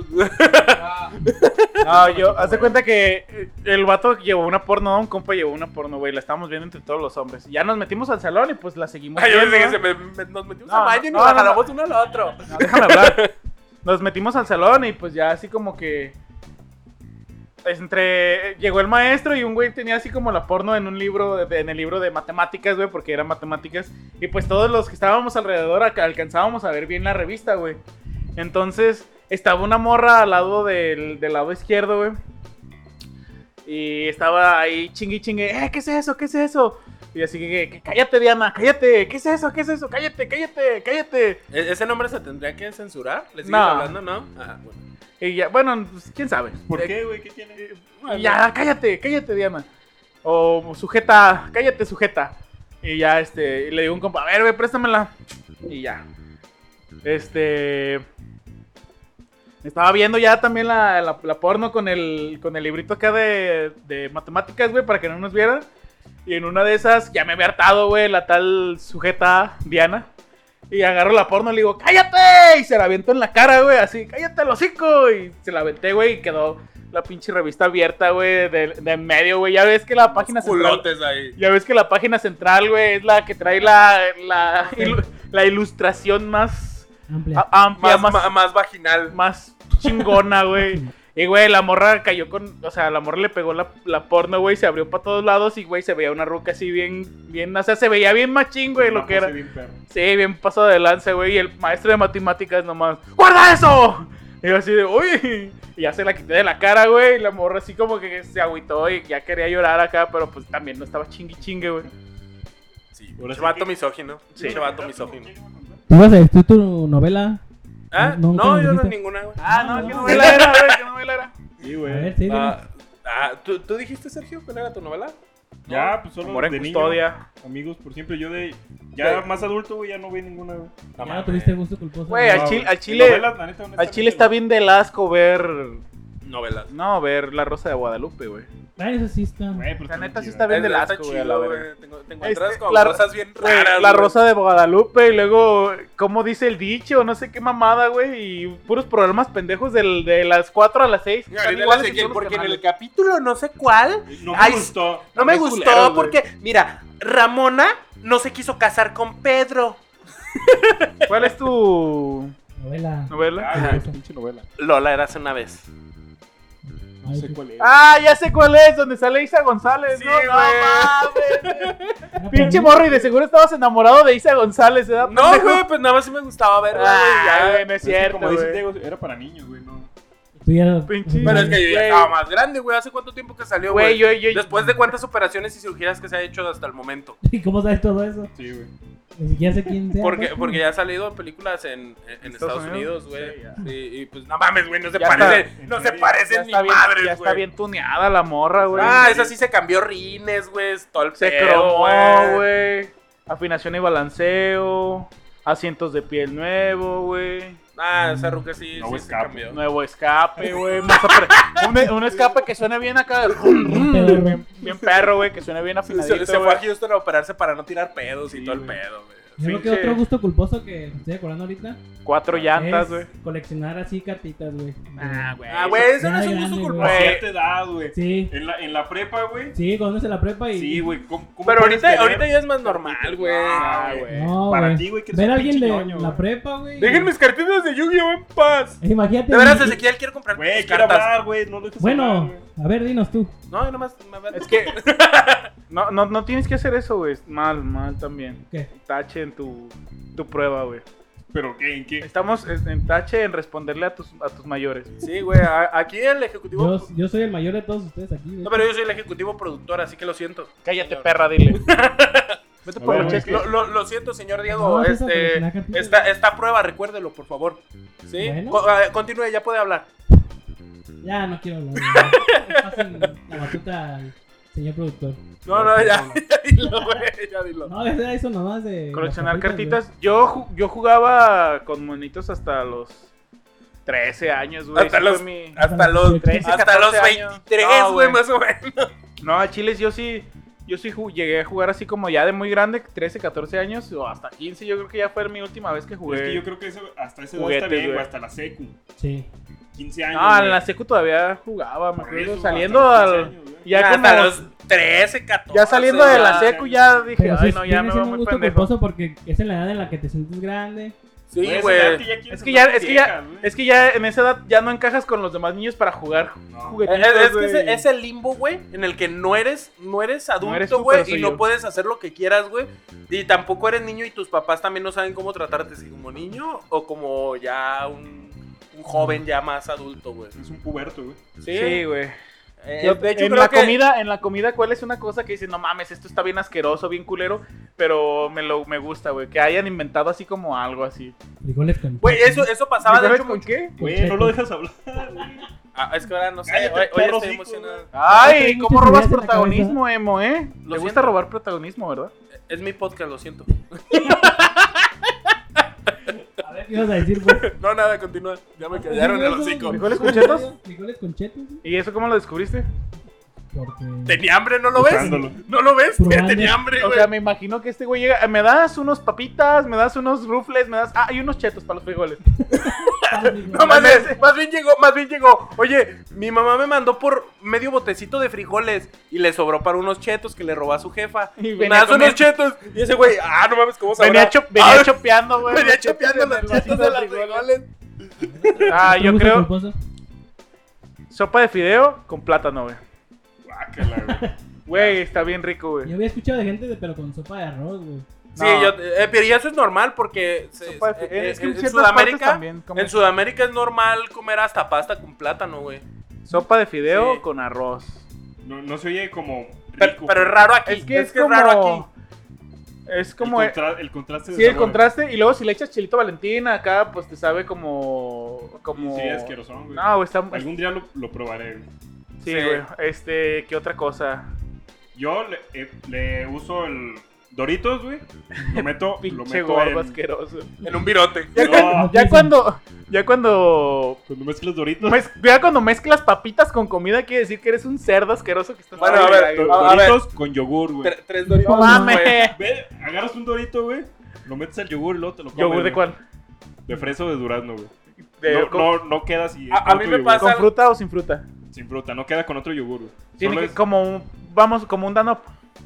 Speaker 5: Ah, yo, haz de cuenta que eh, el vato llevó una porno, un compa llevó una porno, güey. La estábamos viendo entre todos los hombres. Ya nos metimos al salón y pues la seguimos
Speaker 2: Ay, Ah, yo
Speaker 5: viendo.
Speaker 2: pensé que se me- me- nos metimos
Speaker 5: No,
Speaker 2: a baño y
Speaker 5: no,
Speaker 2: nos
Speaker 5: no,
Speaker 2: la
Speaker 5: no.
Speaker 2: voz uno al otro.
Speaker 5: No, déjame hablar. Nos metimos al salón y pues ya así como que. Entre. Llegó el maestro y un güey tenía así como la porno en un libro, de- en el libro de matemáticas, güey, porque eran matemáticas. Y pues todos los que estábamos alrededor acá alcanzábamos a ver bien la revista, güey. Entonces, estaba una morra al lado del, del lado izquierdo, güey. Y estaba ahí chingui chingue, eh, ¿qué es eso? ¿Qué es eso? Y así que, que, cállate, Diana, cállate, ¿qué es eso? ¿Qué es eso? Cállate, cállate, cállate.
Speaker 2: ¿E- ¿Ese nombre se tendría que censurar? ¿Le sigues
Speaker 5: No.
Speaker 2: hablando, no? Ah, bueno.
Speaker 5: Y ya, bueno, pues, quién sabe.
Speaker 3: ¿Por
Speaker 5: Eh,
Speaker 3: qué, güey? ¿Qué tiene? Ah,
Speaker 5: y ya, cállate, cállate, Diana. O sujeta, cállate, sujeta. Y ya, este, y le digo a un compa, a ver, güey, préstamela. Y ya. Este. Estaba viendo ya también la, la- la porno con el, con el librito acá de, de matemáticas, güey, para que no nos vieran. Y en una de esas ya me había hartado, güey, la tal sujeta Diana. Y agarro la porno y le digo, ¡cállate! Y se la aviento en la cara, güey, así, ¡cállate, el hocico! Y se la aventé, güey, y quedó la pinche revista abierta, güey, de, de en medio, güey. Ya ves que la página central.
Speaker 2: Culotes ahí.
Speaker 5: Ya ves que la página central, güey, es la que trae la, la, ilu- la ilustración más
Speaker 4: Amplia.
Speaker 5: a- amplia,
Speaker 2: Más,
Speaker 5: más,
Speaker 2: ma- más vaginal.
Speaker 5: más chingona, güey. Y, güey, la morra cayó con. O sea, la morra le pegó la, la porno, güey. Se abrió para todos lados y, güey, se veía una ruca así bien. bien o sea, se veía bien machín, güey, lo que era. Sí, bien pasado de lanza, güey. Y el maestro de matemáticas nomás. ¡Guarda eso! Y yo así de, uy. Y ya se la quité de la cara, güey. Y la morra así como que se agüitó y ya quería llorar acá, pero pues también no estaba chingui chingue, güey.
Speaker 2: Sí,
Speaker 3: Ahora sí
Speaker 2: Chevato
Speaker 3: que-
Speaker 2: misógino.
Speaker 5: Sí.
Speaker 2: Chevato misógino.
Speaker 4: ¿Tú vas a decir tu novela?
Speaker 2: ¿Ah?
Speaker 4: No,
Speaker 2: No,
Speaker 4: nunca me
Speaker 2: yo no
Speaker 4: dijiste.
Speaker 2: ninguna, güey.
Speaker 5: Ah,
Speaker 4: no,
Speaker 5: no, qué
Speaker 4: no.
Speaker 5: novela era, güey, qué novela era.
Speaker 3: Sí,
Speaker 4: A
Speaker 3: güey.
Speaker 4: ver, sí, dime.
Speaker 2: Ah, ah, ¿tú, tú dijiste, Sergio, cuál era tu novela?
Speaker 3: Ya, pues solo
Speaker 5: Amor en
Speaker 3: de niño,
Speaker 5: custodia.
Speaker 3: amigos por siempre. Yo de... Ya
Speaker 2: Güey.
Speaker 3: más adulto, güey, ya no vi ninguna, güey.
Speaker 2: No
Speaker 4: ya no
Speaker 2: mames.
Speaker 4: tuviste gusto culposo.
Speaker 5: Güey, al
Speaker 3: No,
Speaker 5: chile,
Speaker 3: güey.
Speaker 5: al chile,
Speaker 3: Novelas, la neta,
Speaker 5: al
Speaker 3: honestamente,
Speaker 5: chile está bien del asco ver.
Speaker 2: Novelas.
Speaker 5: No, ver La Rosa de Guadalupe, güey.
Speaker 4: Ah, eso sí está.
Speaker 3: Güey, pero
Speaker 5: La neta sí
Speaker 3: bien
Speaker 5: está
Speaker 3: chida.
Speaker 5: bien del
Speaker 2: Está
Speaker 5: asco, güey, a la
Speaker 2: chido,
Speaker 5: verga.
Speaker 2: güey. Tengo, tengo
Speaker 5: Este,
Speaker 2: entradas con
Speaker 5: la-
Speaker 2: cosas bien
Speaker 5: Güey,
Speaker 2: raras.
Speaker 5: la
Speaker 2: güey.
Speaker 5: rosa de Guadalupe y luego, ¿cómo dice el dicho? No sé qué mamada, güey. Y puros programas pendejos del- de las 4 a las 6.
Speaker 2: Mira, ahorita la seguí, porque en el capítulo no sé cuál,
Speaker 3: No me
Speaker 2: Ay,
Speaker 3: gustó.
Speaker 2: no me
Speaker 5: También
Speaker 2: gustó
Speaker 5: culeros, güey.
Speaker 2: porque, mira, Ramona no se quiso casar con Pedro.
Speaker 5: ¿Cuál es tu
Speaker 4: Novela.
Speaker 5: novela?
Speaker 3: Ah, güey,
Speaker 4: Ajá.
Speaker 3: pinche novela.
Speaker 2: Lola era hace una vez.
Speaker 3: No
Speaker 4: Ay,
Speaker 3: sé
Speaker 4: qué-
Speaker 3: cuál es.
Speaker 5: Ah, ya sé cuál es, donde sale Isa González,
Speaker 2: Sí,
Speaker 5: ¿no? No
Speaker 2: güey.
Speaker 5: mames.
Speaker 4: Era
Speaker 5: Pinche
Speaker 4: para mí.
Speaker 5: morro, y de seguro estabas enamorado de Isa González, ¿verdad?
Speaker 2: No,
Speaker 5: pendejo?
Speaker 2: güey, pues nada más sí me gustaba verla. güey, ya,
Speaker 5: Ah,
Speaker 2: güey.
Speaker 5: güey, no es
Speaker 3: Pero es que
Speaker 5: cierto,
Speaker 3: Como dice
Speaker 5: güey.
Speaker 3: Diego, era para niños, güey, no.
Speaker 4: Tú ya.
Speaker 5: Pinche-
Speaker 2: Pero es que yo ya
Speaker 5: Güey.
Speaker 2: estaba más grande, güey. ¿Hace cuánto tiempo que salió,
Speaker 5: Güey,
Speaker 2: güey?
Speaker 5: yo, yo,
Speaker 2: Después de cuántas operaciones y cirugías que se ha hecho hasta el momento.
Speaker 4: ¿Y cómo sabes todo eso?
Speaker 3: Sí, güey.
Speaker 4: Ni siquiera sé quién sea.
Speaker 2: Porque,
Speaker 4: pues.
Speaker 2: porque ya ha salido en películas en, en- en
Speaker 5: Estados
Speaker 2: Estados Unidos, güey.
Speaker 5: Sí,
Speaker 2: Sí,
Speaker 5: ya.
Speaker 2: y pues no mames, güey, no se
Speaker 5: Ya
Speaker 2: parece,
Speaker 3: está.
Speaker 2: no se
Speaker 3: Ya
Speaker 5: ya
Speaker 2: parecen ni
Speaker 5: está bien,
Speaker 2: madres,
Speaker 5: ya está
Speaker 2: güey.
Speaker 5: bien tuneada la morra, güey.
Speaker 2: Ah, esa sí se cambió rines, güey. es Todo el
Speaker 5: Se
Speaker 2: pedo,
Speaker 5: cromó, güey. Afinación y balanceo. Asientos de piel nuevo, güey.
Speaker 2: Ah, esa ruca sí,
Speaker 3: No
Speaker 2: sí se
Speaker 3: escape.
Speaker 2: cambió.
Speaker 5: Nuevo escape, güey. más apre- un, un escape que suene bien acá. bien, bien perro, güey. Que suene bien
Speaker 2: Se, se
Speaker 5: afinadito.
Speaker 2: fue
Speaker 5: güey.
Speaker 2: a Houston a operarse para no tirar pedos y
Speaker 3: Sí,
Speaker 2: todo el
Speaker 3: güey.
Speaker 2: pedo, güey.
Speaker 4: Yo creo que
Speaker 5: pinche-
Speaker 4: otro gusto culposo que me estoy acordando ahorita.
Speaker 5: Cuatro llantas,
Speaker 4: es
Speaker 5: güey.
Speaker 4: Coleccionar así cartitas, güey.
Speaker 5: Ah, güey.
Speaker 2: Ah, güey, eso no es un
Speaker 4: grande,
Speaker 2: gusto
Speaker 4: güey.
Speaker 2: culposo.
Speaker 3: A
Speaker 5: Güey.
Speaker 3: cierta edad, güey.
Speaker 4: Sí.
Speaker 3: En la, en la prepa, güey.
Speaker 4: Sí, cuando es en la prepa y.
Speaker 3: Sí, güey. ¿cómo- cómo
Speaker 2: Pero
Speaker 3: puedes
Speaker 2: ahorita,
Speaker 3: tener-
Speaker 2: ahorita ya es más normal, güey.
Speaker 3: Ah, güey.
Speaker 4: No,
Speaker 3: Para
Speaker 4: güey.
Speaker 3: ti, güey, que eres
Speaker 4: Ver a
Speaker 3: un
Speaker 4: alguien
Speaker 3: pinche
Speaker 4: de
Speaker 3: ñoño,
Speaker 4: la
Speaker 3: güey.
Speaker 4: prepa, güey. Eh,
Speaker 2: Dejen mis cartitas de Yu-Gi-Oh en paz.
Speaker 4: Imagínate.
Speaker 2: De veras,
Speaker 4: güey.
Speaker 2: Ezequiel, quiero comprar
Speaker 3: Güey,
Speaker 2: tus
Speaker 3: quiero
Speaker 2: cartas.
Speaker 3: hablar, güey. No lo dejes hablar,
Speaker 4: Bueno,
Speaker 3: güey.
Speaker 4: a ver, dinos tú.
Speaker 2: No, yo nomás me va-
Speaker 5: Es que. No, no, no tienes que hacer eso, güey. Mal, mal también.
Speaker 4: ¿Qué?
Speaker 5: Tache en tu, tu prueba, güey.
Speaker 3: Pero qué, en qué.
Speaker 5: Estamos en en tache en responderle a tus, a tus mayores.
Speaker 2: Sí, güey, a- aquí el ejecutivo...
Speaker 4: Yo, yo soy el mayor de todos ustedes aquí, güey.
Speaker 2: No, pero yo soy el ejecutivo productor, así que lo siento.
Speaker 5: Cállate,
Speaker 2: Señor.
Speaker 5: perra, dile. Vete
Speaker 3: A
Speaker 5: por
Speaker 3: ver,
Speaker 5: los
Speaker 3: güey,
Speaker 5: chestos.
Speaker 2: Lo, lo- lo siento, señor Diego.
Speaker 4: No, es esa
Speaker 2: este,
Speaker 4: persona que-
Speaker 2: esta, esta prueba, recuérdelo, por favor. ¿Sí?
Speaker 4: Bueno.
Speaker 2: Co- ah, continúe, ya puede hablar.
Speaker 4: Ya no quiero hablar. güey. Pasen la batuta al señor productor.
Speaker 5: No, no, ya, ya dilo, güey, ya dilo.
Speaker 4: No, era eso nomás de.
Speaker 5: Coleccionar
Speaker 4: las güey.
Speaker 5: cartitas. Yo, ju- yo jugaba con monitos hasta los 13 años, güey.
Speaker 2: Hasta
Speaker 5: Ese fue
Speaker 2: los-
Speaker 5: mi-
Speaker 2: Hasta los,
Speaker 5: 13,
Speaker 2: hasta los
Speaker 5: 14 años.
Speaker 2: 23,
Speaker 5: No,
Speaker 2: güey,
Speaker 5: güey.
Speaker 2: más o menos.
Speaker 5: No, a Chiles yo sí, yo sí ju- llegué a jugar así como ya de muy grande, 13, 14 años o hasta 15. Yo creo que ya fue mi última vez que jugué.
Speaker 3: Es que yo creo que eso- hasta ese edad está
Speaker 5: Pues, Juguetes,
Speaker 3: bien, güey,
Speaker 5: güey.
Speaker 3: hasta la secu.
Speaker 4: Sí.
Speaker 3: 15 años.
Speaker 5: Ah, en
Speaker 3: güey.
Speaker 5: la secu todavía jugaba, me
Speaker 3: Por
Speaker 5: acuerdo.
Speaker 3: eso,
Speaker 5: saliendo
Speaker 3: hasta los
Speaker 5: al.
Speaker 3: 15 años, güey.
Speaker 5: ya como-
Speaker 2: hasta los 13, 14.
Speaker 5: Ya saliendo de la
Speaker 2: ya.
Speaker 5: secu ya dije,
Speaker 4: Pero
Speaker 5: ay
Speaker 4: sí,
Speaker 5: no, ya
Speaker 4: viene
Speaker 5: me
Speaker 4: siendo
Speaker 5: va
Speaker 4: un
Speaker 5: muy
Speaker 4: gusto
Speaker 5: pendejo.
Speaker 4: culposo porque es en la edad en la que te sientes grande.
Speaker 3: Güey,
Speaker 2: Sí,
Speaker 3: esa edad
Speaker 2: güey.
Speaker 3: quieres
Speaker 5: Es que ya,
Speaker 3: andar
Speaker 5: es que ya,
Speaker 3: viejas, güey.
Speaker 5: es que ya en esa edad ya no encajas con los demás niños para jugar
Speaker 3: No.
Speaker 5: juguetes.
Speaker 2: Es, es que
Speaker 5: güey.
Speaker 2: ese- es el limbo, güey, en el que no eres, no eres
Speaker 5: eres
Speaker 2: adulto,
Speaker 5: tú,
Speaker 2: güey,
Speaker 5: pero soy
Speaker 2: y no
Speaker 5: yo.
Speaker 2: puedes hacer lo que quieras, güey. Y tampoco eres niño y tus papás también no saben cómo tratarte, si como niño o como ya un, un joven ya más adulto, güey.
Speaker 3: Es un puberto, güey.
Speaker 5: Sí, güey.
Speaker 2: Eh,
Speaker 5: Yo-
Speaker 2: de hecho,
Speaker 5: en
Speaker 2: creo
Speaker 5: la
Speaker 2: que-
Speaker 5: comida, en la comida, ¿cuál es una cosa que dices, no mames, esto está bien asqueroso, bien culero, pero me lo me gusta, güey, que hayan inventado así como algo así.
Speaker 4: Frijoles con.
Speaker 2: Güey, eso, eso pasaba de
Speaker 5: ¿Frijoles
Speaker 2: hecho
Speaker 5: con
Speaker 2: mucho.
Speaker 5: qué?
Speaker 3: Güey, no lo dejas hablar.
Speaker 2: Ah, es que ahora no sé,
Speaker 3: Cállate,
Speaker 2: hoy, hoy
Speaker 3: perro
Speaker 2: estoy
Speaker 3: hocico,
Speaker 2: emocionado.
Speaker 5: Ay,
Speaker 4: Tengo
Speaker 5: ¿cómo
Speaker 4: muchas ideas
Speaker 5: robas
Speaker 4: en la
Speaker 5: protagonismo, Emo, eh?
Speaker 2: Lo
Speaker 5: Te
Speaker 2: siento.
Speaker 5: gusta robar protagonismo, ¿verdad?
Speaker 2: Es mi podcast, lo siento.
Speaker 4: A ver, ¿qué ibas a decir, güey?
Speaker 2: No, nada, continúa. Ya me callaron el hocico.
Speaker 5: ¿Frijoles con chetos?
Speaker 4: Frijoles con chetos, güey,
Speaker 5: ¿Y eso cómo lo descubriste?
Speaker 4: Porque.
Speaker 2: ¿Tenía hambre? ¿No lo ves?
Speaker 3: Usándolo.
Speaker 2: ¿No lo ves?
Speaker 4: Probando.
Speaker 2: Tenía hambre,
Speaker 5: O
Speaker 2: güey.
Speaker 5: sea, me imagino que este güey llega, me das unos papitas, me das unos rufles, me das, ah, y unos chetos para los frijoles.
Speaker 2: No mames, más bien llegó, más bien llegó. Oye, mi mamá me mandó por medio botecito de frijoles y le sobró para unos chetos que le robó a su jefa.
Speaker 5: Y
Speaker 2: Y
Speaker 5: venía este-
Speaker 2: me das
Speaker 5: comiendo.
Speaker 2: unos chetos. Y ese güey, ah, no mames, ¿cómo sabrá?
Speaker 5: Venía, chop- venía
Speaker 2: Ah,
Speaker 5: chopeando, güey.
Speaker 2: venía
Speaker 5: los chetos
Speaker 2: chopeando
Speaker 5: en el
Speaker 2: los
Speaker 5: vasito
Speaker 2: chetos de los
Speaker 5: frijoles.
Speaker 2: frijoles.
Speaker 5: Ah,
Speaker 4: Otro
Speaker 5: yo
Speaker 4: gusto
Speaker 5: creo,
Speaker 4: culposo.
Speaker 5: sopa de fideo con plátano, güey.
Speaker 3: Guácala, güey.
Speaker 5: Güey, está bien rico,
Speaker 4: Yo
Speaker 5: güey.
Speaker 4: había escuchado de gente, de, pero con sopa de arroz, güey.
Speaker 2: Sí,
Speaker 5: No.
Speaker 2: yo, eh, pero ya eso es normal porque se-
Speaker 5: Sopa de-
Speaker 2: eh,
Speaker 5: es que en
Speaker 2: en,
Speaker 5: ciertas
Speaker 2: Sudamérica
Speaker 5: partes también comen-
Speaker 2: en Sudamérica es normal comer hasta pasta con plátano, güey.
Speaker 5: Sopa de fideo
Speaker 2: Sí.
Speaker 5: con arroz.
Speaker 3: No, no se oye como
Speaker 2: Pero,
Speaker 3: rico.
Speaker 2: pero es
Speaker 3: güey.
Speaker 2: raro aquí,
Speaker 5: Es que es, como...
Speaker 2: raro aquí.
Speaker 5: Es
Speaker 3: El
Speaker 5: como...
Speaker 3: contra- el contraste. de
Speaker 5: Sí, el
Speaker 3: sabores.
Speaker 5: contraste. Y luego si le echas chilito valentina acá, pues te sabe como... como...
Speaker 3: Sí, asquerosón, güey.
Speaker 5: No, güey, está...
Speaker 3: Algún día lo, lo probaré, güey.
Speaker 2: Sí.
Speaker 5: Sí, güey. Este, ¿qué otra cosa?
Speaker 3: Yo le, eh, le uso el Doritos, güey. Lo meto, lo
Speaker 5: Pinche
Speaker 3: meto
Speaker 5: gordo
Speaker 3: en...
Speaker 5: asqueroso.
Speaker 2: En un virote.
Speaker 5: Ya,
Speaker 3: No.
Speaker 5: cuando, ya cuando... Ya cuando...
Speaker 3: Cuando mezclas Doritos.
Speaker 2: Pues,
Speaker 5: mez- ya cuando mezclas papitas con comida quiere decir que eres un cerdo asqueroso que estás...
Speaker 2: Bueno, a ver,
Speaker 5: Ay,
Speaker 3: Do-
Speaker 2: a- a ver.
Speaker 3: Doritos con yogur, güey.
Speaker 2: Tre- tres doritos.
Speaker 5: No mames.
Speaker 3: Ve, agarras un Dorito, güey. Lo metes al yogur y luego te lo comes.
Speaker 5: ¿Yogur de
Speaker 3: güey.
Speaker 5: cuál?
Speaker 3: De fresa o de durazno, güey.
Speaker 5: De-
Speaker 3: no,
Speaker 5: con,
Speaker 3: no, no queda así.
Speaker 2: A- a mí me pasa-
Speaker 5: ¿Con fruta o sin fruta?
Speaker 3: Sin fruta, no queda con otro yogur, güey.
Speaker 5: Tiene
Speaker 3: Solo
Speaker 5: que,
Speaker 3: es-
Speaker 5: como un- vamos, como un danop.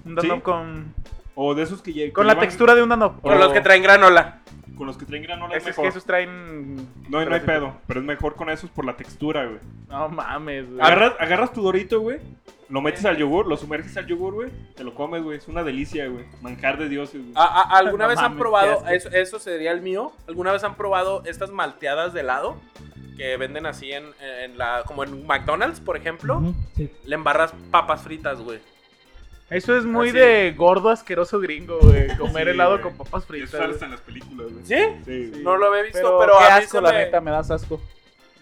Speaker 5: Un danop
Speaker 3: Sí.
Speaker 5: con,
Speaker 3: O de esos que llegan.
Speaker 5: con la textura de un danop.
Speaker 2: Con los que traen granola.
Speaker 3: Con los que traen granola es
Speaker 5: Esos
Speaker 3: mejor.
Speaker 5: que esos traen.
Speaker 3: No, no hay
Speaker 5: pero-
Speaker 3: pedo. Pero es mejor con esos por la textura, güey.
Speaker 5: No mames, güey.
Speaker 3: Agarras, agarras tu dorito, güey. Lo metes al yogur, lo sumerges al yogur, güey. Te lo comes, güey. Es una delicia, güey. Manjar de dioses, güey.
Speaker 5: Ah,
Speaker 2: A- a- ¿Alguna
Speaker 5: No
Speaker 2: vez han
Speaker 5: mames, qué
Speaker 2: probado,
Speaker 5: asco.
Speaker 2: eso, eso sería el mío, alguna vez han probado estas malteadas de helado que venden así en, en la, como en McDonald's, por ejemplo?
Speaker 4: Ujú, Sí.
Speaker 2: Le embarras papas fritas, güey.
Speaker 5: Eso es muy
Speaker 2: Así.
Speaker 5: de gordo asqueroso gringo, güey. Comer
Speaker 3: Sí,
Speaker 5: helado
Speaker 3: güey.
Speaker 5: con papas
Speaker 3: Y eso
Speaker 5: fritas.
Speaker 3: sale
Speaker 5: güey.
Speaker 3: hasta en las películas, güey.
Speaker 2: ¿Sí?
Speaker 3: Sí, güey.
Speaker 2: No lo había visto,
Speaker 5: pero,
Speaker 2: pero,
Speaker 5: qué
Speaker 2: a mí
Speaker 5: asco,
Speaker 2: se
Speaker 5: la
Speaker 2: me- Pues
Speaker 5: neta, me das asco.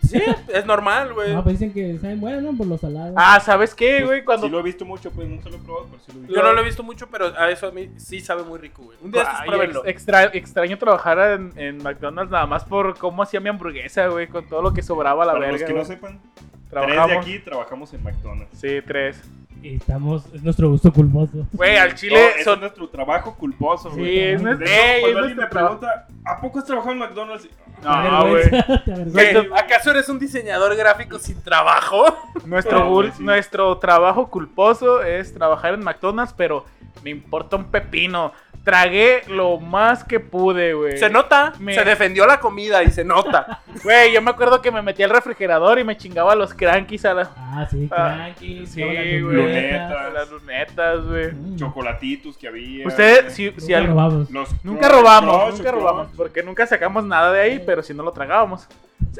Speaker 2: Sí, es normal, güey.
Speaker 4: No, pues dicen que saben bueno, ¿no? Por los salados.
Speaker 5: Ah, ¿sabes qué, güey?
Speaker 3: Pues,
Speaker 5: Cuando.
Speaker 3: Sí lo he visto mucho, pues nunca lo he probado, pero sí lo he visto.
Speaker 2: Yo no lo he visto mucho, pero a eso a mí sí sabe muy rico, güey. Un día estos
Speaker 5: Ay,
Speaker 2: pruébenlo.
Speaker 5: ex- extra- extraño trabajar en, en McDonald's nada más por cómo hacía mi hamburguesa, güey, con todo lo que sobraba a la
Speaker 3: Para
Speaker 5: verga.
Speaker 3: los que
Speaker 5: güey.
Speaker 3: no sepan, tres de
Speaker 5: Trabajamos.
Speaker 3: aquí trabajamos en McDonald's.
Speaker 5: Sí, tres.
Speaker 4: Y estamos, es nuestro gusto culposo.
Speaker 5: Güey, al
Speaker 3: No,
Speaker 5: chile
Speaker 3: ese
Speaker 5: son
Speaker 3: es nuestro trabajo culposo,
Speaker 5: Sí,
Speaker 3: güey.
Speaker 5: es
Speaker 3: De hecho,
Speaker 5: nuestro. ey, es
Speaker 3: cuando alguien me
Speaker 5: nuestro trabajo.
Speaker 3: pregunta, ¿a poco has trabajado en McDonald's?
Speaker 5: No,
Speaker 4: Te
Speaker 5: güey.
Speaker 4: avergüenza, te avergüenza.
Speaker 2: ¿Qué? ¿Acaso eres un diseñador gráfico sin trabajo?
Speaker 5: Nuestro,
Speaker 3: No,
Speaker 5: gul-
Speaker 3: güey, sí.
Speaker 5: nuestro trabajo culposo es trabajar en McDonald's, pero me importa un pepino. Tragué lo más que pude, güey.
Speaker 2: Se nota,
Speaker 5: Me-
Speaker 2: se defendió la comida y se nota.
Speaker 5: Güey, yo me acuerdo que me metí al refrigerador y me chingaba los crankies a la-
Speaker 4: Ah, sí,
Speaker 5: Ah,
Speaker 4: cranky.
Speaker 5: sí,
Speaker 4: todas las
Speaker 5: güey.
Speaker 4: lunetas.
Speaker 3: Lunetas.
Speaker 5: a las lunetas, güey.
Speaker 4: Mm.
Speaker 3: Chocolatitos que había.
Speaker 5: Ustedes,
Speaker 3: güey.
Speaker 5: si, si
Speaker 4: Nunca
Speaker 5: algo-
Speaker 4: robamos.
Speaker 3: Los
Speaker 5: Nunca
Speaker 3: crunch,
Speaker 5: robamos,
Speaker 3: crunch,
Speaker 5: nunca
Speaker 3: crunch.
Speaker 5: robamos, porque nunca sacamos nada de ahí, pero si no lo tragábamos.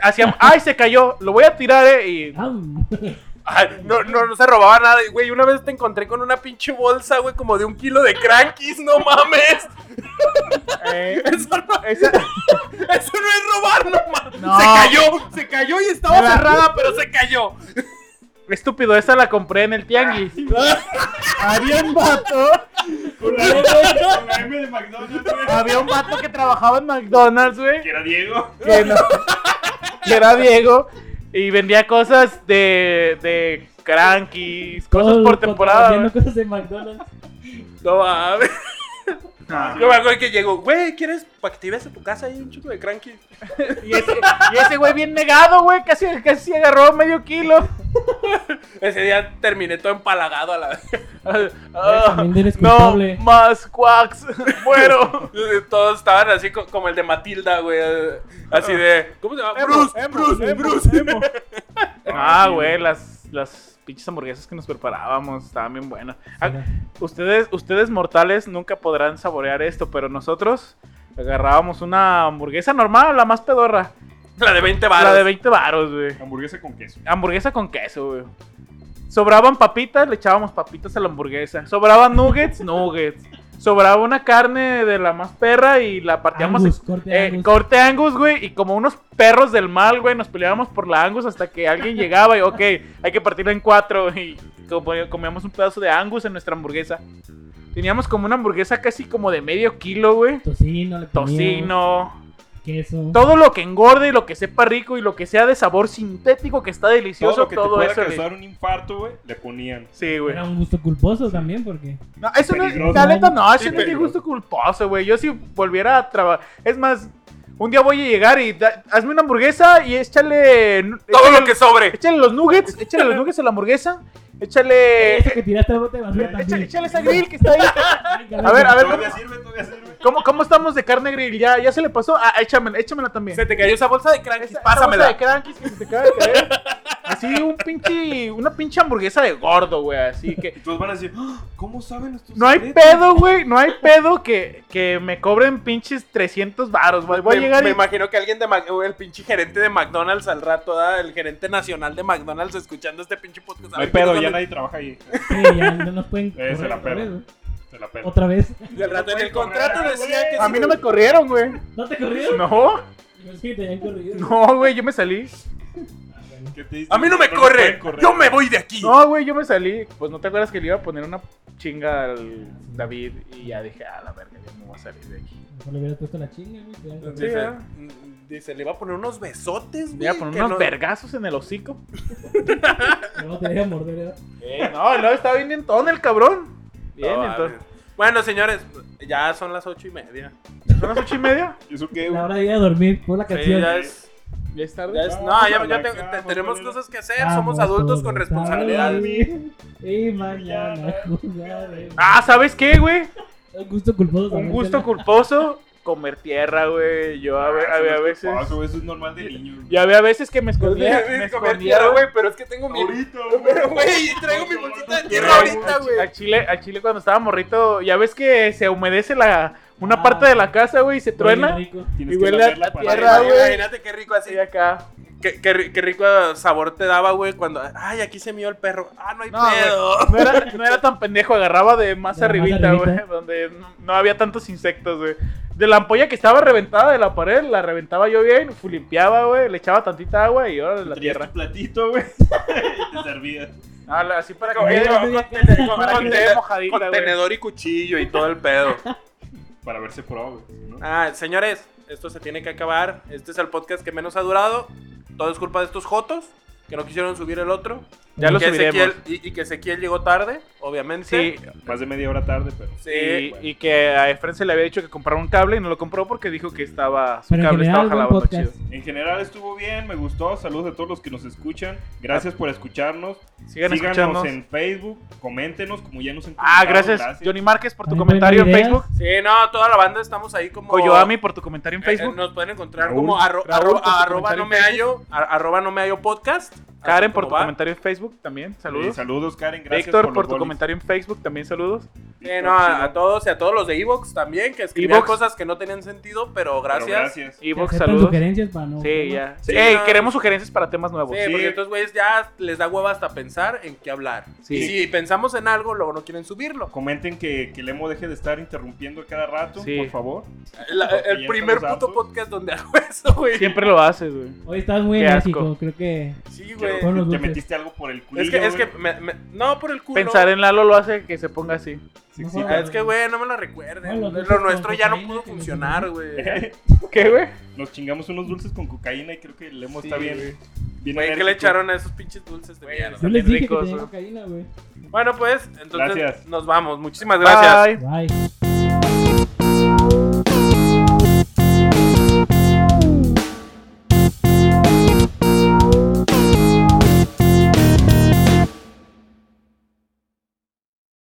Speaker 5: Hacíamos, ay, se cayó, lo voy a tirar, eh, y...
Speaker 4: Ah,
Speaker 2: Ay, no, no, no se robaba nada. Y, Güey, una vez te encontré con una pinche bolsa, güey, como de un kilo de crankies, no mames.
Speaker 5: eh,
Speaker 2: Eso no,
Speaker 5: esa-
Speaker 2: eso no es robar, no mames.
Speaker 5: No.
Speaker 2: Se cayó, se cayó y estaba
Speaker 5: Mira.
Speaker 2: cerrada, pero se cayó.
Speaker 5: Estúpido, esa la compré en el tianguis. había un vato,
Speaker 3: Con la, con la M de McDonald's, güey.
Speaker 5: había un vato que trabajaba en McDonald's, güey.
Speaker 3: Que era Diego.
Speaker 5: que, no- que era Diego y vendía cosas de, de crankies, cosas
Speaker 4: Todo-
Speaker 5: por
Speaker 4: todo-
Speaker 5: temporada.
Speaker 4: Haciendo
Speaker 5: güey.
Speaker 4: cosas de McDonald's.
Speaker 2: No mames.
Speaker 3: Ah,
Speaker 2: Yo me acuerdo que llegó, güey, ¿quieres para que te vayas a tu casa ahí un chico de cranky?
Speaker 5: Y ese, y ese güey bien negado, güey, casi, casi agarró medio kilo.
Speaker 2: Ese día terminé todo empalagado a la
Speaker 5: Ah,
Speaker 4: también eres
Speaker 5: no
Speaker 4: culpable.
Speaker 5: más quacks, muero.
Speaker 2: Todos estaban así co- como el de Matilda, güey. Así de. ¿Cómo se llama? Bruce,
Speaker 5: Emo,
Speaker 2: Bruce,
Speaker 5: emo,
Speaker 2: Bruce.
Speaker 5: emo.
Speaker 3: Ah,
Speaker 5: Ah,
Speaker 3: sí.
Speaker 5: güey, las, las pinches hamburguesas que nos preparábamos estaban bien buenas. Ah,
Speaker 4: Mira,
Speaker 5: Ustedes, ustedes mortales nunca podrán saborear esto, pero nosotros agarrábamos una hamburguesa normal, la más pedorra.
Speaker 2: La de 20 balas.
Speaker 5: La de 20 varos, güey.
Speaker 3: Hamburguesa con queso.
Speaker 5: Hamburguesa con queso, güey. Sobraban papitas, le echábamos papitas a la hamburguesa. Sobraban nuggets, nuggets. Sobraba una carne de la más perra y la partíamos.
Speaker 4: Angus, corte
Speaker 5: eh,
Speaker 4: Angus.
Speaker 5: corte Angus, güey. Y como unos perros del mal, güey, nos peleábamos por la Angus hasta que alguien llegaba y, ok, hay que partirla en cuatro. Y como- comíamos un pedazo de Angus en nuestra hamburguesa. Teníamos como una hamburguesa casi como de medio kilo, güey.
Speaker 4: Tocino, le poníamos,
Speaker 5: Tocino,
Speaker 4: Queso.
Speaker 5: todo lo que engorde y lo que sepa rico y lo que sea de sabor sintético que está
Speaker 3: Todo
Speaker 5: delicioso,
Speaker 3: lo que te
Speaker 5: todo,
Speaker 3: pueda
Speaker 5: eso. le-
Speaker 3: causar un infarto, güey, le ponían.
Speaker 5: Sí, güey.
Speaker 4: Era un gusto culposo también porque...
Speaker 5: No, eso no es,
Speaker 3: peligroso.
Speaker 5: la neta, no, eso
Speaker 3: Sí,
Speaker 5: no es mi
Speaker 3: peligroso.
Speaker 5: gusto culposo, güey. Yo si volviera a trabajar, es más, un día voy a llegar y da- hazme una hamburguesa y échale
Speaker 2: Todo
Speaker 5: échale-
Speaker 2: lo que sobre.
Speaker 5: échale los nuggets, échale los nuggets a la hamburguesa, échale
Speaker 4: Eso que tiraste al bote de basura
Speaker 5: Eh, échale,
Speaker 4: también.
Speaker 5: échale esa grill que está ahí.
Speaker 4: A
Speaker 5: A ver, a ver,
Speaker 3: Todavía
Speaker 5: ¿cómo-
Speaker 3: sirve, todavía sirve.
Speaker 5: ¿cómo, cómo estamos de carne grill? ¿Ya, ya se le pasó? Ah, échamela, échamela también.
Speaker 2: Se te cayó esa bolsa de cranky.
Speaker 5: Esa- esa
Speaker 2: Pásamela.
Speaker 5: bolsa de crankies que se te acaba de caer. Así un pinche, una pinche hamburguesa de gordo, güey. Así
Speaker 3: Y
Speaker 5: que.
Speaker 3: todos van a decir, "Ah, ¿cómo saben estos?
Speaker 5: No hay
Speaker 3: secretos?"
Speaker 5: pedo, güey. No hay pedo que, que me cobren pinches 300 varos, güey. Voy a
Speaker 2: me,
Speaker 5: llegar
Speaker 2: me
Speaker 5: y.
Speaker 2: imagino que alguien de Mac- o el pinche gerente de McDonald's al rato, ¿verdad? el gerente nacional de McDonald's escuchando este pinche podcast. a
Speaker 3: No hay
Speaker 2: ver qué
Speaker 3: pedo,
Speaker 2: nos
Speaker 3: ya
Speaker 2: sale.
Speaker 3: nadie trabaja ahí.
Speaker 4: Sí, ya no nos pueden
Speaker 3: Eh, se
Speaker 4: correr
Speaker 3: la
Speaker 4: otra
Speaker 3: pela.
Speaker 4: vez, güey.
Speaker 3: Se la pela.
Speaker 4: Otra vez.
Speaker 2: Y al rato en el
Speaker 3: No pueden
Speaker 2: contrato
Speaker 3: correr,
Speaker 2: decía
Speaker 3: güey.
Speaker 2: que
Speaker 5: A
Speaker 2: si-
Speaker 5: mí no me corrieron, güey.
Speaker 4: ¿No te corrieron?
Speaker 5: No,
Speaker 4: Yo sí que te habían corrido.
Speaker 5: no, güey. Yo me salí.
Speaker 4: Ah, bueno.
Speaker 3: ¿Qué te dicen?
Speaker 2: a mí no me
Speaker 3: lo
Speaker 2: corre.
Speaker 3: pueden correr.
Speaker 2: Yo me voy de aquí.
Speaker 5: No, güey. Yo me salí. Pues no te acuerdas que le iba a poner una chinga al David. Y ya dije, ah, la verga, yo me voy a salir de aquí.
Speaker 4: Mejor le hubieras puesto la chinga, güey. te hubieran-
Speaker 5: Sí,
Speaker 2: Dice,
Speaker 5: ¿eh?
Speaker 2: mm, dice, le iba a poner unos besotes,
Speaker 5: Me iba a
Speaker 2: güey,
Speaker 5: poner
Speaker 2: que
Speaker 5: unos
Speaker 2: no-
Speaker 5: vergazos en el hocico.
Speaker 4: Luego te deja morder, ¿verdad?
Speaker 5: Eh, no, no, está bien entonces el cabrón. Bien,
Speaker 2: No,
Speaker 5: entonces.
Speaker 2: vale. Bueno, señores, ya son las ocho y media.
Speaker 5: ¿Son las ocho y media?
Speaker 3: ¿Y ¿Eso qué,
Speaker 4: La
Speaker 3: güey?
Speaker 4: hora de ir a dormir por la
Speaker 2: Sí,
Speaker 4: canción.
Speaker 2: ya es.
Speaker 5: Ya es tarde.
Speaker 2: ya es- no,
Speaker 3: Vamos
Speaker 2: ya,
Speaker 3: a
Speaker 2: ya
Speaker 3: la
Speaker 2: te-
Speaker 3: cama,
Speaker 2: te- tenemos
Speaker 3: Toledo.
Speaker 2: cosas que hacer. Somos
Speaker 4: Vamos
Speaker 2: adultos con
Speaker 4: todos
Speaker 2: responsabilidades.
Speaker 4: a Y mañana jugar. eh.
Speaker 5: Ah, ¿sabes qué, güey?
Speaker 4: Un gusto culposo.
Speaker 5: Un
Speaker 4: también,
Speaker 5: gusto
Speaker 4: ¿verdad?
Speaker 5: culposo. Comer tierra, güey. Yo a, ve- a ve- a veces.
Speaker 3: Ah, eso eso es normal de niño.
Speaker 5: Ya había veces que me
Speaker 2: Yo
Speaker 5: escondía.
Speaker 2: dije,
Speaker 5: Me
Speaker 2: "Ven, comer tierra,
Speaker 5: escondía, güey.
Speaker 2: güey, pero es que tengo mi.
Speaker 3: Ahorita,
Speaker 2: Pero, güey, traigo mi bolsita de tierra
Speaker 5: Güey,
Speaker 2: ahorita,
Speaker 5: al chi-
Speaker 2: güey.
Speaker 5: Al chile, al chile cuando estaba morrito, ya ves que se humedece la una
Speaker 4: Ah.
Speaker 5: parte de la casa, güey, y se truena.
Speaker 4: Rico.
Speaker 3: Tienes
Speaker 5: Igual
Speaker 3: que
Speaker 5: la-
Speaker 3: lamer la
Speaker 5: la
Speaker 3: pared.
Speaker 5: tierra,
Speaker 2: Imagínate,
Speaker 5: güey.
Speaker 2: Imagínate qué rico así.
Speaker 5: Y acá.
Speaker 2: Qué, qué ri- qué rico sabor te daba, güey, cuando. Ay, aquí se mió el perro. Ah, no hay
Speaker 5: No, güey.
Speaker 2: pedo.
Speaker 5: No era, no era tan pendejo, agarraba de más
Speaker 4: De más
Speaker 5: arribita, güey.
Speaker 4: arribita.
Speaker 5: Donde no- no había tantos insectos, güey. De la ampolla que estaba reventada de la pared, la reventaba yo bien, fu- limpiaba, güey, le echaba tantita agua y ahora la
Speaker 3: Traías
Speaker 5: tierra.
Speaker 3: tu este platito, güey. y te servías.
Speaker 5: Ah, la- así para que
Speaker 2: Con-
Speaker 4: Oye,
Speaker 5: quede-
Speaker 2: con-
Speaker 4: no,
Speaker 2: con- con-
Speaker 5: para que
Speaker 2: con-
Speaker 5: quede mojadita,
Speaker 2: con
Speaker 5: güey.
Speaker 2: tenedor y cuchillo y todo el pedo.
Speaker 3: Para verse pro, güey. ¿no?
Speaker 2: Ah, señores, esto se tiene que acabar. Este es el podcast que menos ha durado. Todo es culpa de estos jotos que no quisieron subir el otro.
Speaker 5: Ya lo
Speaker 2: que
Speaker 5: subiremos.
Speaker 2: Ezequiel- y, y que Ezequiel llegó tarde, obviamente.
Speaker 5: Sí,
Speaker 3: Más de media hora tarde, pero.
Speaker 2: Sí.
Speaker 5: y, y que a Efren se le había dicho que comprara un cable y no lo compró porque dijo que estaba su
Speaker 4: Pero en
Speaker 5: cable
Speaker 4: general,
Speaker 5: estaba
Speaker 4: buen
Speaker 5: jalando
Speaker 4: podcast.
Speaker 5: chido.
Speaker 3: En general estuvo bien, me gustó. Saludos a todos los que nos escuchan. Gracias por escucharnos.
Speaker 5: Sigan
Speaker 3: Síganos
Speaker 5: escuchándonos.
Speaker 3: en Facebook, coméntenos como ya nos han
Speaker 5: Ah,
Speaker 3: comentado,
Speaker 5: gracias, Johnny Márquez por tu
Speaker 4: También
Speaker 5: comentario en
Speaker 4: buenas
Speaker 5: Facebook.
Speaker 2: Sí, no, toda la banda estamos ahí como.
Speaker 5: Koyoami por tu comentario en
Speaker 2: Eh, eh,
Speaker 5: Facebook.
Speaker 2: nos pueden encontrar
Speaker 3: Raúl.
Speaker 2: como arro-
Speaker 5: Raúl,
Speaker 2: arro-
Speaker 5: por tu
Speaker 2: arroba
Speaker 5: comentario
Speaker 2: no
Speaker 5: en
Speaker 2: me hallo,
Speaker 5: Facebook.
Speaker 2: ar- arroba no me hallo podcast.
Speaker 5: Karen
Speaker 2: Así
Speaker 5: por
Speaker 2: como
Speaker 5: tu
Speaker 2: va.
Speaker 5: comentario en Facebook también.
Speaker 3: Saludos. Eh,
Speaker 5: Saludos.
Speaker 3: saludos, Karen. Gracias
Speaker 5: Víctor por,
Speaker 3: los
Speaker 5: tu
Speaker 3: bolis.
Speaker 5: comentario en Facebook también. Saludos.
Speaker 2: Sí, no, a, a
Speaker 3: chido.
Speaker 2: todos y a todos los de Evox también, que escribían
Speaker 5: Evox.
Speaker 2: cosas que no tenían sentido, pero
Speaker 3: Pero
Speaker 2: gracias.
Speaker 5: Y
Speaker 4: Que
Speaker 5: Vox,
Speaker 4: aceptan
Speaker 5: saludos.
Speaker 4: sugerencias para no.
Speaker 5: Sí, ya.
Speaker 2: Sí,
Speaker 5: Ey,
Speaker 2: no.
Speaker 5: queremos sugerencias para temas nuevos.
Speaker 2: Sí,
Speaker 3: Sí.
Speaker 2: porque estos güeyes ya les da hueva hasta pensar en qué hablar.
Speaker 5: Sí.
Speaker 2: Y si pensamos en algo, luego no quieren subirlo.
Speaker 3: Comenten que, que Lemo deje de estar interrumpiendo cada rato,
Speaker 5: Sí.
Speaker 3: por favor.
Speaker 2: Eh, La-
Speaker 3: Porque
Speaker 2: el
Speaker 3: ya
Speaker 2: primer
Speaker 3: estamos
Speaker 2: puto
Speaker 3: hartos.
Speaker 2: podcast donde hago eso, güey.
Speaker 5: Siempre lo haces, güey.
Speaker 4: Hoy estás muy
Speaker 5: Qué
Speaker 4: enérgico,
Speaker 5: asco.
Speaker 4: creo que.
Speaker 2: Sí,
Speaker 3: Qué
Speaker 2: güey.
Speaker 4: Con los
Speaker 3: Te
Speaker 4: dulces.
Speaker 3: metiste algo por el culo.
Speaker 2: Es que, es que, me- me- no por el culo.
Speaker 5: Pensar en Lalo lo hace que se ponga así.
Speaker 4: No,
Speaker 3: sí,
Speaker 2: Ah, es que, güey, no me la recuerden.
Speaker 4: Bueno,
Speaker 2: lo
Speaker 4: entonces,
Speaker 2: nuestro
Speaker 4: con
Speaker 2: ya no
Speaker 4: cocaína
Speaker 2: pudo
Speaker 4: que me
Speaker 2: funcionar, güey.
Speaker 5: ¿Qué, güey?
Speaker 3: Nos chingamos unos dulces con cocaína y creo que el Lemo
Speaker 2: Sí,
Speaker 3: está
Speaker 2: güey.
Speaker 3: bien. bien
Speaker 2: Güey, ¿qué le
Speaker 3: enérgico.
Speaker 2: echaron a esos pinches dulces de
Speaker 5: Güey,
Speaker 2: mierda?
Speaker 4: Yo les
Speaker 5: También
Speaker 4: dije que
Speaker 5: ricos,
Speaker 4: tenía
Speaker 5: ¿no?
Speaker 4: cocaína, güey.
Speaker 2: Bueno, pues, entonces
Speaker 3: Gracias.
Speaker 2: nos vamos. Muchísimas gracias.
Speaker 5: Bye.
Speaker 4: Bye.